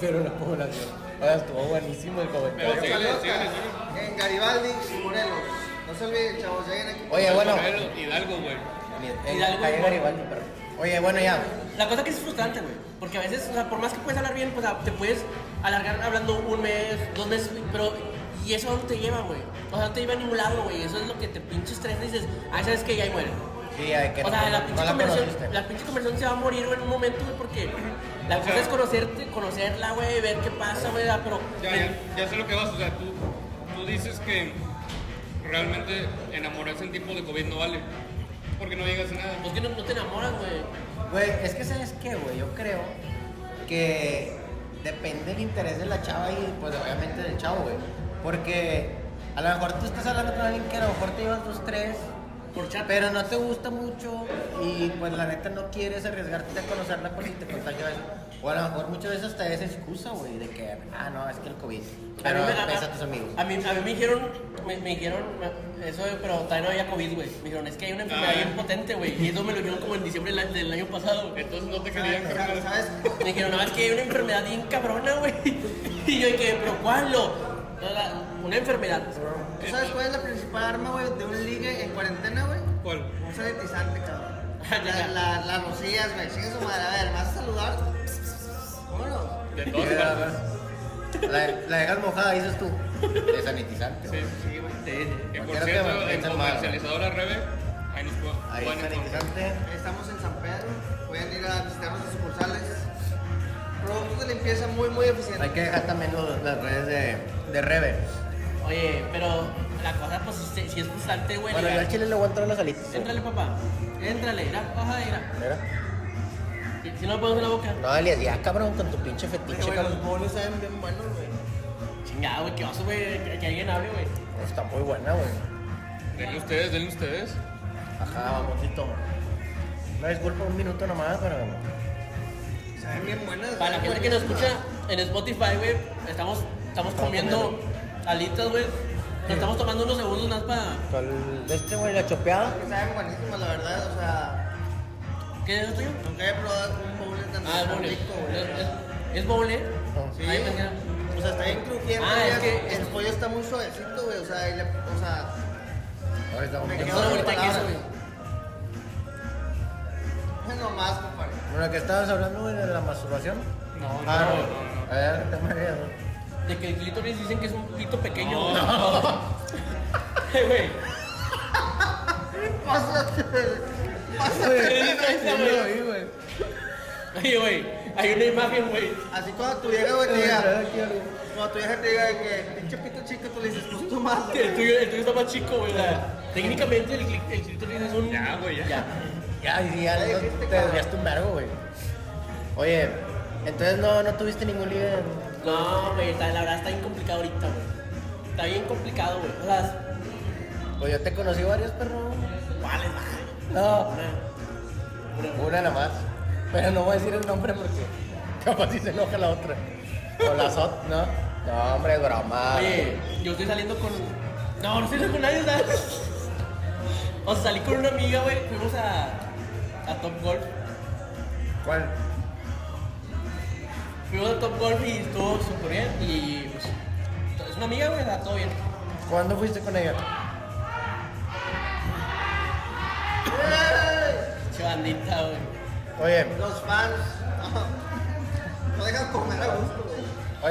[SPEAKER 3] Pero la población. O sea, estuvo buenísimo el comentario.
[SPEAKER 4] Pero síguele, síguele,
[SPEAKER 1] En Garibaldi y Morelos. No se olviden, chavos, lleguen aquí.
[SPEAKER 3] Oye, bueno.
[SPEAKER 4] Morelos, Hidalgo, güey.
[SPEAKER 3] en
[SPEAKER 2] Hidalgo,
[SPEAKER 3] calle
[SPEAKER 2] ¿no?
[SPEAKER 3] Garibaldi, perdón. Oye, bueno, ya.
[SPEAKER 2] La cosa que es frustrante, güey. Porque a veces, o sea, por más que puedes hablar bien, pues a- te puedes alargar hablando un mes, dos meses, güey, pero. Y eso no te lleva, güey. O sea, no te lleva a ningún lado, güey. Eso es lo que te pinches tres dices, ah, sabes que ya ahí muere.
[SPEAKER 3] Sí, ay, que
[SPEAKER 2] O
[SPEAKER 3] no,
[SPEAKER 2] sea, la
[SPEAKER 3] no
[SPEAKER 2] pinche,
[SPEAKER 3] la
[SPEAKER 2] conversión,
[SPEAKER 3] conociste.
[SPEAKER 2] la pinche conversión se va a morir güey, en un momento, güey, porque la cosa es conocerte, conocerla, güey, ver qué pasa, güey, ah, pero...
[SPEAKER 4] Ya, ya, ya sé lo que vas, o sea, tú, tú dices que realmente enamorarse en tiempo de COVID no vale, porque no llegas a nada.
[SPEAKER 2] Pues que no, no te enamoras, güey.
[SPEAKER 3] Güey, es que sabes qué, güey, yo creo que depende del interés de la chava y pues obviamente del chavo, güey. Porque a lo mejor tú estás hablando con alguien que a lo mejor te llevas dos, tres,
[SPEAKER 2] Por chat.
[SPEAKER 3] pero no te gusta mucho y pues la neta no quieres arriesgarte a conocerla por si te contagia eso. O a lo mejor muchas veces hasta es excusa, güey, de que, ah, no, es que el COVID. Pero
[SPEAKER 2] mí me-
[SPEAKER 3] pesa a tus amigos.
[SPEAKER 2] A mí, a mí me dijeron, me, me dijeron, me- eso, pero todavía no había COVID, güey. Me dijeron, es que hay una enfermedad
[SPEAKER 4] Ah.
[SPEAKER 2] bien potente, güey. Y eso me lo dijeron como en diciembre del- del año pasado, güey.
[SPEAKER 4] Entonces no te querían
[SPEAKER 1] ¿Sabes?
[SPEAKER 4] carnal.
[SPEAKER 1] ¿Sabes?
[SPEAKER 2] Me dijeron, no, es que hay una enfermedad bien cabrona, güey. Y yo dije, pero ¿cuál? Lo? La- Una enfermedad.
[SPEAKER 1] ¿Tú sabes cuál es la principal arma, güey, de un ligue en cuarentena, güey?
[SPEAKER 4] ¿Cuál?
[SPEAKER 1] Un sanitizante, cabrón.
[SPEAKER 2] Ya, ya.
[SPEAKER 1] La- la- Las rocillas, güey. Sigue su madre. A ver, ¿me vas a saludar? Vámonos.
[SPEAKER 4] De todas partes.
[SPEAKER 3] La, la dejas mojada, dices tú. De sanitizante.
[SPEAKER 4] Sí,
[SPEAKER 3] güey.
[SPEAKER 4] sí, güey. Que por
[SPEAKER 3] Creo que
[SPEAKER 4] cierto,
[SPEAKER 3] me
[SPEAKER 4] en
[SPEAKER 3] piensan mal, güey.
[SPEAKER 4] comercializadora Rebe, ahí nos pu-
[SPEAKER 3] Ahí,
[SPEAKER 4] pueden encontrar.
[SPEAKER 3] sanitizante.
[SPEAKER 1] Estamos en San Pedro. Pueden ir a visitar nuestras sucursales. Productos de limpieza muy, muy
[SPEAKER 3] Hay
[SPEAKER 1] eficientes.
[SPEAKER 3] que dejar también los- las redes de, de Rebe.
[SPEAKER 2] Oye, pero la cosa, pues, si, si es frustrante, güey.
[SPEAKER 3] Bueno, yo al
[SPEAKER 2] le-
[SPEAKER 3] chile le voy a entrar a las alitas.
[SPEAKER 2] Éntrale, papá. Éntrale, irá, baja de irá.
[SPEAKER 3] Mira.
[SPEAKER 2] Si- Si no, ponemos una boca.
[SPEAKER 3] No, Elias, ya cabrón, con tu pinche
[SPEAKER 1] Oye,
[SPEAKER 3] fetiche,
[SPEAKER 1] güey, los
[SPEAKER 3] cabrón.
[SPEAKER 1] bolos saben bien buenos, güey.
[SPEAKER 2] Chingada, güey, que oso, güey, que que alguien hable, güey.
[SPEAKER 3] Está muy buena, güey.
[SPEAKER 4] Denle ustedes, denle ustedes.
[SPEAKER 3] Ajá, vamosito. No, disculpa, un minuto nomás, pero...
[SPEAKER 1] Saben bien buenas.
[SPEAKER 2] Para la
[SPEAKER 1] saben
[SPEAKER 2] gente que nos
[SPEAKER 1] buenísimas.
[SPEAKER 2] escucha en Spotify, güey, estamos, estamos comiendo alitas, güey. Nos estamos tomando unos segundos más para...
[SPEAKER 3] ¿Cuál- Este, güey, la chopeada.
[SPEAKER 1] Que saben buenísimas, la verdad. O sea,
[SPEAKER 2] ¿Qué es esto, yo?
[SPEAKER 1] nunca he probado un bowl tan
[SPEAKER 2] Ah, es
[SPEAKER 1] tan
[SPEAKER 2] bowler.
[SPEAKER 1] rico, güey.
[SPEAKER 2] Es- es- ¿Es bowler?
[SPEAKER 3] No.
[SPEAKER 1] Sí.
[SPEAKER 2] Ay, imagina.
[SPEAKER 1] O sea, está bien crujiente.
[SPEAKER 2] Ah,
[SPEAKER 1] güey,
[SPEAKER 2] es que-
[SPEAKER 1] El pollo está muy suavecito, güey. O sea, y le- o sea
[SPEAKER 3] Ahora está
[SPEAKER 1] me
[SPEAKER 3] muy
[SPEAKER 2] Es
[SPEAKER 1] quedo
[SPEAKER 2] una
[SPEAKER 1] sin
[SPEAKER 2] bolita de
[SPEAKER 1] palabras.
[SPEAKER 2] queso, güey.
[SPEAKER 1] Bueno, más, compadre.
[SPEAKER 3] Bueno, que estabas hablando güey, de la masturbación.
[SPEAKER 4] No,
[SPEAKER 3] Ah,
[SPEAKER 4] no,
[SPEAKER 3] no.
[SPEAKER 4] no,
[SPEAKER 3] A ver, te mareas, güey.
[SPEAKER 2] De que el clítoris dicen que es un pito pequeño,
[SPEAKER 4] No.
[SPEAKER 2] güey. Eh, güey.
[SPEAKER 1] Pásate.
[SPEAKER 3] Güey,
[SPEAKER 1] Pásate.
[SPEAKER 3] yo me lo vi, güey.
[SPEAKER 2] Oye, güey, hay una imagen, güey.
[SPEAKER 1] Así cuando tu vieja, güey, te
[SPEAKER 3] Mira,
[SPEAKER 1] diga,
[SPEAKER 3] aquí, güey.
[SPEAKER 1] cuando tu vieja te diga de que pinche pito chico, tú le dices, pues tú más.
[SPEAKER 2] que El tuyo, el tuyo está más chico, güey. la- Técnicamente el, clí- el clítoris es un...
[SPEAKER 4] Ya, güey, ya.
[SPEAKER 3] Ya, y ya,
[SPEAKER 1] Ya
[SPEAKER 3] no-
[SPEAKER 1] dijiste,
[SPEAKER 3] te
[SPEAKER 1] cabrón.
[SPEAKER 3] desviaste un vergo, güey. Oye, entonces no, no tuviste ningún líder.
[SPEAKER 2] No, güey, está- la verdad está bien complicado ahorita, güey. Está bien complicado, güey. O sea,
[SPEAKER 3] Pues yo te conocí varios, perro.
[SPEAKER 2] vale,
[SPEAKER 3] No,
[SPEAKER 2] Una,
[SPEAKER 3] una nada más. Pero no voy a decir el nombre porque capaz si se enoja la otra. O la SOT, ¿no? No, hombre, es broma.
[SPEAKER 2] Oye, yo estoy saliendo con. No, no estoy saliendo con nadie, ¿sabes? O sea, salí con una amiga, güey. Fuimos a. a Top Golf.
[SPEAKER 3] ¿Cuál?
[SPEAKER 2] Fuimos a Top Golf y estuvo súper bien. Y pues. Es una amiga, güey, está todo bien.
[SPEAKER 3] ¿Cuándo fuiste con ella?
[SPEAKER 2] Che bandita, güey.
[SPEAKER 3] Oye,
[SPEAKER 1] Los fans, no, no dejan comer a gusto, güey.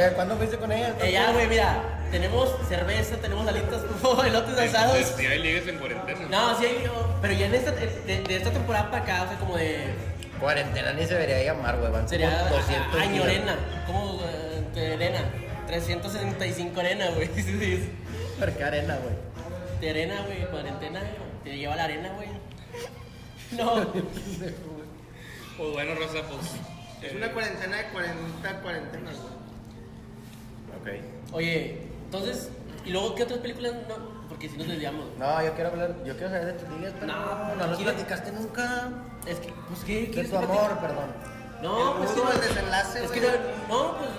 [SPEAKER 3] oye, ¿cuándo fuiste con ella?
[SPEAKER 2] Eh, ya, güey, mira. Tenemos cerveza, tenemos alitas, como elotes asados.
[SPEAKER 4] Si hay ligues en cuarentena.
[SPEAKER 2] No, sí, hay- yo. Pero ya en esta, eh, de, de esta temporada para acá, o sea, como de.
[SPEAKER 3] Cuarentena ni se debería llamar, güey. Van
[SPEAKER 2] Sería
[SPEAKER 3] como 200 días.
[SPEAKER 2] añorena. ¿Cómo? eh, Terena. 365 arena, güey. Sí, sí.
[SPEAKER 3] ¿Por qué arena, güey?
[SPEAKER 2] De arena, güey, cuarentena, te lleva la arena, güey. No,
[SPEAKER 4] Pues bueno, Rosa, pues.
[SPEAKER 1] Es
[SPEAKER 4] eh,
[SPEAKER 1] una cuarentena de 40 cuarentenas, güey.
[SPEAKER 3] Ok.
[SPEAKER 2] oye, entonces, ¿y luego qué otras películas? No, porque si nos desviamos.
[SPEAKER 3] No, yo quiero hablar, yo quiero saber de tus ligas, pero
[SPEAKER 2] No,
[SPEAKER 3] no, no los
[SPEAKER 2] ¿quieres-
[SPEAKER 3] platicaste nunca.
[SPEAKER 2] Es que, pues, ¿qué?
[SPEAKER 3] De
[SPEAKER 2] quieres
[SPEAKER 3] tu
[SPEAKER 2] que
[SPEAKER 3] amor, perdón.
[SPEAKER 2] platico? No,
[SPEAKER 1] El
[SPEAKER 2] pues,
[SPEAKER 1] mundo
[SPEAKER 2] que no-
[SPEAKER 1] del desenlace,
[SPEAKER 2] es que no,
[SPEAKER 1] güey.
[SPEAKER 2] no, pues,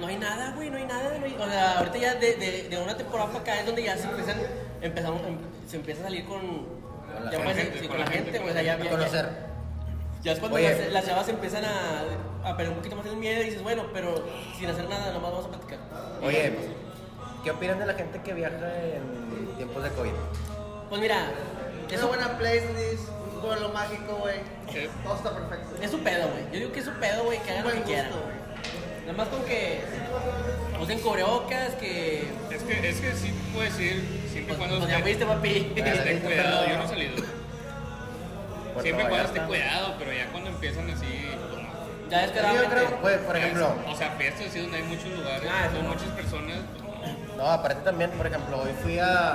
[SPEAKER 2] no hay nada, güey, no hay nada. no hay- o sea, ahorita ya de, de, de una temporada para acá es donde ya se empiezan, empezamos, em- se empieza a salir con...
[SPEAKER 3] la
[SPEAKER 2] ya puedes-
[SPEAKER 4] gente,
[SPEAKER 2] sí,
[SPEAKER 4] con
[SPEAKER 2] con
[SPEAKER 4] la
[SPEAKER 2] la gente,
[SPEAKER 4] gente,
[SPEAKER 2] güey, o sea, ya...
[SPEAKER 3] A
[SPEAKER 2] ya-
[SPEAKER 3] conocer.
[SPEAKER 2] Ya, ya es cuando
[SPEAKER 3] Oye.
[SPEAKER 2] las, las chavas empiezan a, a perder un poquito más el miedo y dices, bueno, pero sin hacer nada, nomás vamos a platicar. Y ya pues,
[SPEAKER 3] Oye,
[SPEAKER 2] se pasa.
[SPEAKER 3] ¿Qué opinan de la gente que viaja en tiempos de COVID?
[SPEAKER 2] Pues mira,
[SPEAKER 1] Es
[SPEAKER 2] eso,
[SPEAKER 1] una buena playlist, un pueblo mágico, güey.
[SPEAKER 4] Sí.
[SPEAKER 1] Todo está perfecto.
[SPEAKER 2] es su pedo, güey. Yo digo que es su pedo, güey, que hagan lo que
[SPEAKER 1] buen
[SPEAKER 2] quieran.
[SPEAKER 1] gusto, güey.
[SPEAKER 2] Nada más con que usen cubrebocas, que.
[SPEAKER 4] Es que, es que sí puedes ir siempre y
[SPEAKER 2] Pues,
[SPEAKER 4] cuando
[SPEAKER 2] pues ya fuiste, papi.
[SPEAKER 4] esté cuidado. Yo no he salido.
[SPEAKER 3] Puerto
[SPEAKER 4] Siempre cuando esté
[SPEAKER 3] Vallarta.
[SPEAKER 4] cuidado, pero ya cuando empiezan así. pues, no.
[SPEAKER 2] Ya
[SPEAKER 3] Yo
[SPEAKER 2] descaradamente.
[SPEAKER 3] creo, pues, por ejemplo,
[SPEAKER 4] O sea, fiestas así donde hay muchos lugares,
[SPEAKER 2] Ah, eso
[SPEAKER 4] con
[SPEAKER 2] no.
[SPEAKER 4] muchas personas. pues, no.
[SPEAKER 3] no, aparte también, por ejemplo, hoy fui a.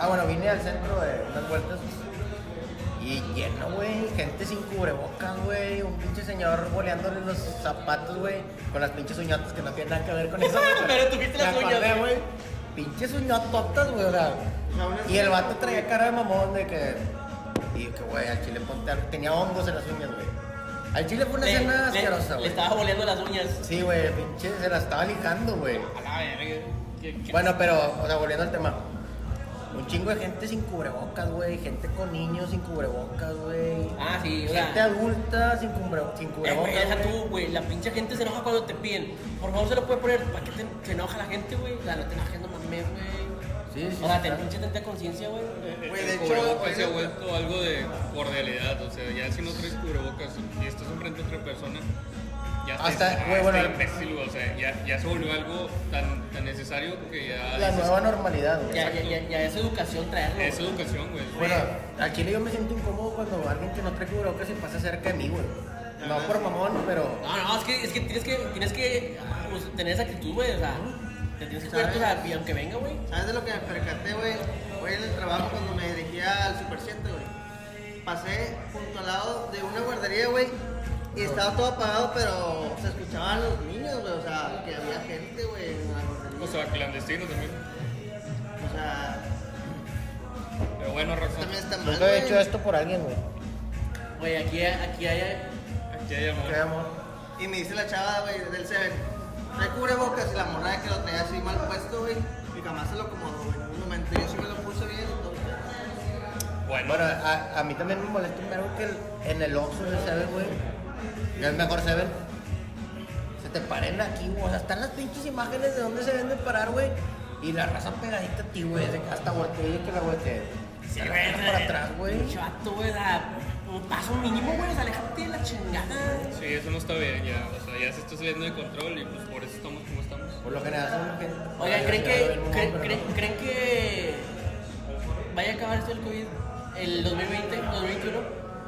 [SPEAKER 3] Ah, bueno, vine al centro de unas vueltas y lleno, güey, gente sin cubrebocas, güey, un pinche señor boleándole los zapatos, güey, con las pinches uñotas que no tienen nada que ver con eso. güey,
[SPEAKER 2] Pero tuviste
[SPEAKER 3] me
[SPEAKER 2] las uñas,
[SPEAKER 3] acordé,
[SPEAKER 2] güey.
[SPEAKER 3] güey. Pinches uñototas, güey, o sea. Y el vato traía cara de mamón de que. Y que, güey, al chile ponte. algo. Tenía hongos en las uñas, güey. Al chile fue una
[SPEAKER 2] Le-
[SPEAKER 3] escena
[SPEAKER 2] le-
[SPEAKER 3] asquerosa,
[SPEAKER 2] Le
[SPEAKER 3] güey.
[SPEAKER 2] estaba boleando las uñas.
[SPEAKER 3] Sí, güey, pinche, se la estaba lijando, güey.
[SPEAKER 4] A la verga. ¿Qué- qué-
[SPEAKER 3] Bueno, pero, o sea, volviendo al tema. Un chingo de gente sin cubrebocas, güey. Gente con niños sin cubrebocas, güey.
[SPEAKER 2] Ah, sí, o
[SPEAKER 3] Gente
[SPEAKER 2] sea.
[SPEAKER 3] adulta sin, cubre, sin
[SPEAKER 2] eh, güey,
[SPEAKER 3] cubrebocas.
[SPEAKER 2] Deja
[SPEAKER 3] güey.
[SPEAKER 2] tú, güey. La pinche gente se enoja cuando te piden. Por favor, se lo puede poner. ¿Para qué te, se enoja la gente, güey? O sea, no te enojes, no mames, güey.
[SPEAKER 3] Sí, sí,
[SPEAKER 2] O sea,
[SPEAKER 3] sí,
[SPEAKER 2] te
[SPEAKER 3] claro.
[SPEAKER 2] pinche tanta conciencia, güey.
[SPEAKER 4] El
[SPEAKER 1] Güey, de hecho,
[SPEAKER 4] cubrebocas se ha
[SPEAKER 1] oiga.
[SPEAKER 4] vuelto algo de cordialidad, o sea, ya si no traes cubrebocas y estás enfrente de otra persona, ya estás,
[SPEAKER 3] Hasta-
[SPEAKER 4] ah,
[SPEAKER 3] güey,
[SPEAKER 4] este
[SPEAKER 3] bueno,
[SPEAKER 4] imbécil, o sea, ya, ya se volvió algo tan, tan necesario que ya
[SPEAKER 3] La
[SPEAKER 4] dices,
[SPEAKER 3] nueva normalidad, güey.
[SPEAKER 2] Ya, ya, ya, ya es educación traerlo.
[SPEAKER 4] es
[SPEAKER 2] güey.
[SPEAKER 4] educación, güey.
[SPEAKER 3] Bueno, al chile yo me siento incómodo cuando alguien que no trae cubrebocas se pasa cerca de mí, güey. No por mamón, pero.
[SPEAKER 2] No, no, es que, es que tienes que, tienes que ah, pues, tener esa actitud, güey. O sea, te tienes que cuidar, o sea, y aunque venga, güey.
[SPEAKER 1] ¿Sabes de lo que me percaté, güey? Hoy en el trabajo cuando me dirigía al Super 7, güey. Pasé junto al lado de una guardería, güey. Y estaba todo apagado, pero se escuchaban los niños, güey. O sea, que había gente, güey, en la guardería.
[SPEAKER 4] O sea, clandestino también.
[SPEAKER 1] O sea,
[SPEAKER 4] Pero bueno, Rafa,
[SPEAKER 1] también está mal,
[SPEAKER 3] Nunca he hecho
[SPEAKER 1] güey.
[SPEAKER 3] esto por alguien, güey.
[SPEAKER 2] Güey, aquí, aquí hay.
[SPEAKER 4] ya llamó.
[SPEAKER 3] Qué amor.
[SPEAKER 1] Y me dice la chava, güey, del Seven. Trae cubrebocas y la morada que lo traía así mal puesto, güey. Y jamás se lo acomodó, güey. En un momento yo sí me lo puse bien y todo.
[SPEAKER 4] Bueno,
[SPEAKER 3] Bueno, a, a mí también me molesta un verbo que el- en el Oxxo del Seven, güey, no es mejor Seven, se te paren aquí, güey. O sea, están las pinches imágenes de dónde se deben de parar, güey. Y la raza pegadita a ti, güey. de que Hasta volteé que la volteé.
[SPEAKER 2] Sí,
[SPEAKER 3] Te la
[SPEAKER 2] güey,
[SPEAKER 3] pasan para atrás, güey.
[SPEAKER 2] pinche vato, güey, o sea, un paso mínimo, güey, o sea, aléjate de la chingada.
[SPEAKER 4] sí, eso no está bien ya, o sea, ya se está saliendo de control y pues por eso estamos como estamos.
[SPEAKER 3] Por lo general son gente.
[SPEAKER 2] Oigan, ¿creen
[SPEAKER 3] Yo
[SPEAKER 2] que,
[SPEAKER 3] no,
[SPEAKER 2] creen,
[SPEAKER 3] pero
[SPEAKER 2] creen,
[SPEAKER 3] no.
[SPEAKER 2] creen que vaya a acabar esto del COVID el 2020, 2021?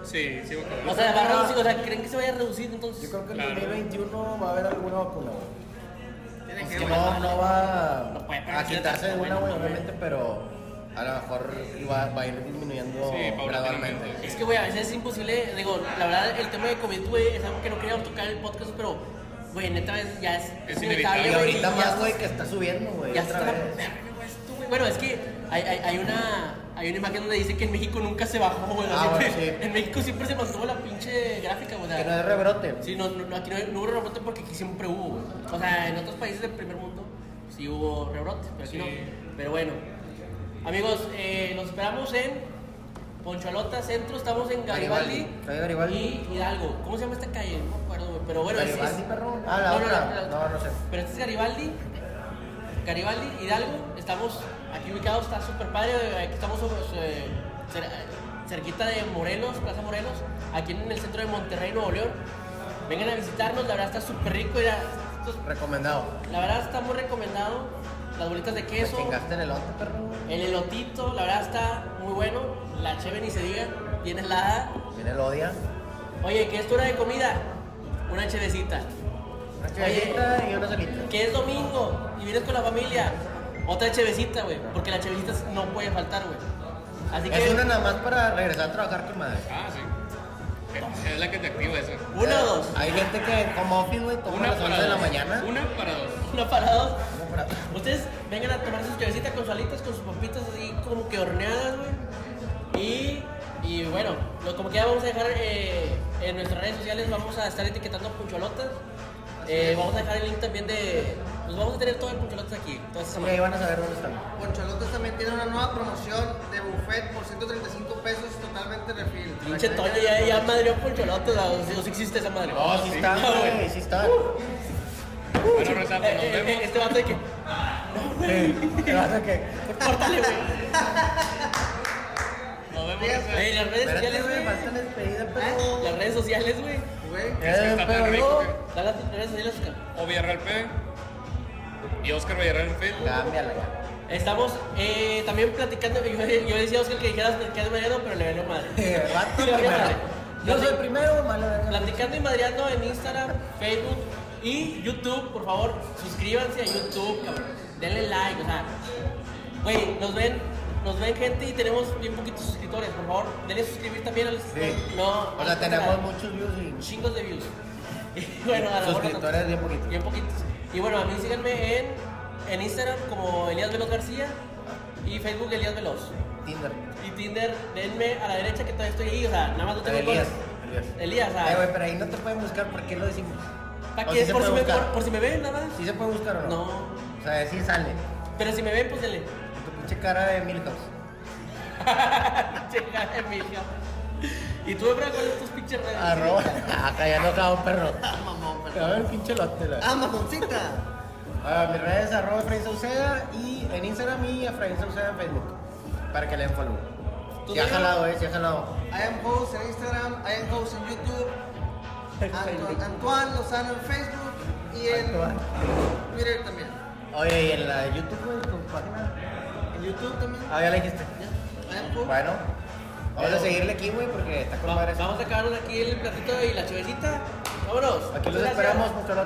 [SPEAKER 4] Sí, sí, va a acabar.
[SPEAKER 2] O sea, va a reducir, o sea, ¿creen que se vaya a reducir entonces?
[SPEAKER 3] Yo creo que en
[SPEAKER 4] Claro.
[SPEAKER 3] 2021 va a haber alguna vacuna, güey.
[SPEAKER 1] Tiene
[SPEAKER 2] Pues
[SPEAKER 1] que,
[SPEAKER 2] que
[SPEAKER 1] güey.
[SPEAKER 3] No, no va
[SPEAKER 2] No puede
[SPEAKER 3] a
[SPEAKER 2] perder
[SPEAKER 3] quitarse de
[SPEAKER 2] tanto,
[SPEAKER 3] una,
[SPEAKER 2] güey, no
[SPEAKER 3] güey,
[SPEAKER 2] mames.
[SPEAKER 3] obviamente, pero a lo mejor iba- va a ir disminuyendo
[SPEAKER 4] Sí,
[SPEAKER 3] gradualmente.
[SPEAKER 4] paulatinamente.
[SPEAKER 2] Es que, güey, a veces es imposible. Digo, la verdad, el tema de COVID, güey, es algo que no quería tocar en el podcast, pero, güey, neta, es- ya es,
[SPEAKER 4] Es
[SPEAKER 3] Y
[SPEAKER 4] inevitable,
[SPEAKER 2] güey,
[SPEAKER 3] ahorita
[SPEAKER 2] y ya
[SPEAKER 3] más, güey, que está subiendo, güey.
[SPEAKER 2] Ya
[SPEAKER 3] otra
[SPEAKER 2] está la
[SPEAKER 3] vez.
[SPEAKER 2] verga, güey, esto, güey. Bueno, es que hay, hay, hay una, hay una imagen donde dice que en México nunca se bajó, güey.
[SPEAKER 3] Ah,
[SPEAKER 2] Siempre-
[SPEAKER 3] bueno, sí.
[SPEAKER 2] En México siempre se mantuvo la pinche gráfica, güey. o sea,
[SPEAKER 3] Que no es rebrote.
[SPEAKER 2] Sí, no, no, aquí no, no hubo rebrote porque aquí siempre hubo, güey. O sea, en otros países del primer mundo sí hubo rebrotes, pero aquí
[SPEAKER 4] Sí.
[SPEAKER 2] no. Pero bueno, amigos, eh, nos esperamos en Ponchalota Centro, estamos en Garibaldi,
[SPEAKER 3] Garibaldi, calle Garibaldi.
[SPEAKER 2] y Hidalgo. ¿Cómo se llama esta calle? No me acuerdo, güey. Pero bueno, es- es-
[SPEAKER 3] Garibaldi, perro. Ah, la otra. No, no sé.
[SPEAKER 2] Pero este es Garibaldi, Garibaldi, Hidalgo, estamos aquí ubicados, está súper padre, eh, aquí estamos sobre- eh, cer- eh, cerquita de Morelos, Plaza Morelos, aquí en el centro de Monterrey, Nuevo León. Vengan a visitarnos, la verdad está súper rico, mira, esto es-
[SPEAKER 3] Recomendado.
[SPEAKER 2] la verdad está muy recomendado, las bolitas de
[SPEAKER 3] Te
[SPEAKER 2] queso,
[SPEAKER 3] chingaste en el otro, perro.
[SPEAKER 2] el elotito, la verdad está muy bueno, la cheve ni se diga, bien helada.
[SPEAKER 3] Viene el odia.
[SPEAKER 2] Oye, ¿qué es tu hora de comida? Una chevecita.
[SPEAKER 3] Una chivallita y una solita.
[SPEAKER 2] que es domingo y vienes con la familia, otra chevecita, güey, porque la chevecita no puede faltar, güey. Así que
[SPEAKER 3] Es una nada más para regresar a trabajar con madre.
[SPEAKER 4] Ah, sí. Es- Es la que te activa esa.
[SPEAKER 2] una o dos,
[SPEAKER 3] Hay gente que como office, güey, toma a las 11 de la
[SPEAKER 4] dos.
[SPEAKER 3] mañana.
[SPEAKER 4] Una para dos.
[SPEAKER 2] una para dos.
[SPEAKER 3] Una para-
[SPEAKER 2] Ustedes vengan a tomar sus chevecitas con sus alitas, con sus papitas así como que horneadas, güey. Y, y bueno, lo- como que ya vamos a dejar eh, en nuestras redes sociales, vamos a estar etiquetando puncholotas. Eh, vamos a dejar el link también de... Pues vamos a tener todo el puncholotas aquí, toda esta
[SPEAKER 3] Y ahí
[SPEAKER 2] semana.
[SPEAKER 3] van a saber dónde están.
[SPEAKER 1] Poncholotas también tiene una nueva promoción de buffet por 135 pesos totalmente refil.
[SPEAKER 2] Pinche Toño ya, ya madrió puncholotas, o sea, o si existe esa madre.
[SPEAKER 3] No, sí
[SPEAKER 4] Oh, sí,
[SPEAKER 3] están,
[SPEAKER 2] güey.
[SPEAKER 3] güey, sí están.
[SPEAKER 4] Bueno, Raza,
[SPEAKER 2] Eh,
[SPEAKER 4] pues, nos
[SPEAKER 2] eh,
[SPEAKER 4] vemos.
[SPEAKER 2] eh, Este vato de que. No no, güey.
[SPEAKER 3] Sí, te vas a que.
[SPEAKER 2] Córtale, güey.
[SPEAKER 4] Nos vemos.
[SPEAKER 1] Sí,
[SPEAKER 4] raza.
[SPEAKER 2] Güey, Eh, las redes
[SPEAKER 3] Espérate,
[SPEAKER 2] sociales,
[SPEAKER 3] güey, falta
[SPEAKER 2] güey.
[SPEAKER 3] la despedida,
[SPEAKER 2] ¿Eh?
[SPEAKER 3] pero. Eh,
[SPEAKER 2] Las redes sociales, güey.
[SPEAKER 1] Güey,
[SPEAKER 4] que está
[SPEAKER 3] pero
[SPEAKER 4] tan rico
[SPEAKER 3] no.
[SPEAKER 2] Dale las redes sociales, Oscar.
[SPEAKER 4] eh. O Villarreal P. Y Oscar Villarreal en Facebook.
[SPEAKER 3] Cámbiala ya.
[SPEAKER 2] Estamos eh, también platicando. Yo, yo decía a Oscar que dijeras platicando y madreando, pero le valió madre.
[SPEAKER 3] Eh, vato
[SPEAKER 2] Le valió
[SPEAKER 3] primero.
[SPEAKER 2] madre.
[SPEAKER 3] Yo soy primero, malo. verga.
[SPEAKER 2] Platicando y madreando en Instagram, Facebook y YouTube, por favor, suscríbanse a YouTube, cabrón. Denle like, o sea. Güey, nos ven, nos ven gente y tenemos bien poquitos suscriptores, por favor, denle suscribir también a los
[SPEAKER 3] Sí.
[SPEAKER 2] No,
[SPEAKER 3] O sea, tenemos muchos views y
[SPEAKER 2] chingos de views. Y bueno, a lo mejor no
[SPEAKER 3] suscriptores bien
[SPEAKER 2] tanto.
[SPEAKER 3] poquitos.
[SPEAKER 2] Bien poquitos. Y bueno, a mí síganme en, en Instagram como Elías Veloz García y Facebook Elías Veloz.
[SPEAKER 3] Tinder.
[SPEAKER 2] Y Tinder, denme a la derecha que todavía estoy ahí, o sea, nada más no tengo
[SPEAKER 3] Elías.
[SPEAKER 2] goles. Elías, o sea,
[SPEAKER 3] Eh, güey, pero ahí no te pueden buscar, ¿por qué lo decimos?
[SPEAKER 2] ¿Para
[SPEAKER 3] O
[SPEAKER 2] qué?
[SPEAKER 3] sí se
[SPEAKER 2] por, si
[SPEAKER 3] puede
[SPEAKER 2] me,
[SPEAKER 3] buscar.
[SPEAKER 2] por- por si me ven, nada más.
[SPEAKER 3] ¿Sí se puede buscar o no?
[SPEAKER 2] No.
[SPEAKER 3] O sea, sí sale.
[SPEAKER 2] Pero si me ven, pues dele.
[SPEAKER 3] Con tu pinche cara de Milhouse.
[SPEAKER 2] Chingada, mi hija. ¿Y tú, Efra, cuáles son tus pinches redes?
[SPEAKER 3] Arroba. Acá ya no cago un perro.
[SPEAKER 1] ah, mamón,
[SPEAKER 3] Te
[SPEAKER 1] perdón.
[SPEAKER 3] va a ver pinche lote, la.
[SPEAKER 1] Ah, mamoncita.
[SPEAKER 3] Ah, mis redes arroba Efraín Sauceda y en Instagram y Efraín Sauceda en Facebook. Para que le den follow.
[SPEAKER 2] ¿Tú
[SPEAKER 3] Si ha
[SPEAKER 2] te-
[SPEAKER 3] jalado, eh, si ha jalado.
[SPEAKER 1] I am host en Instagram, I am host en YouTube. Antoine, Antoine Lozano en Facebook y en Twitter también.
[SPEAKER 3] Oye, y en la YouTube, güey, tu página.
[SPEAKER 1] En YouTube también.
[SPEAKER 3] Ah, ya la dijiste.
[SPEAKER 1] I am host.
[SPEAKER 3] Bueno, vamos a seguirle aquí, güey, porque está con
[SPEAKER 2] Va-
[SPEAKER 3] madre.
[SPEAKER 2] Vamos a acabarnos aquí el platito y la chevecita. Vámonos.
[SPEAKER 3] Aquí los
[SPEAKER 2] Muchas gracias.
[SPEAKER 3] esperamos, muchachos.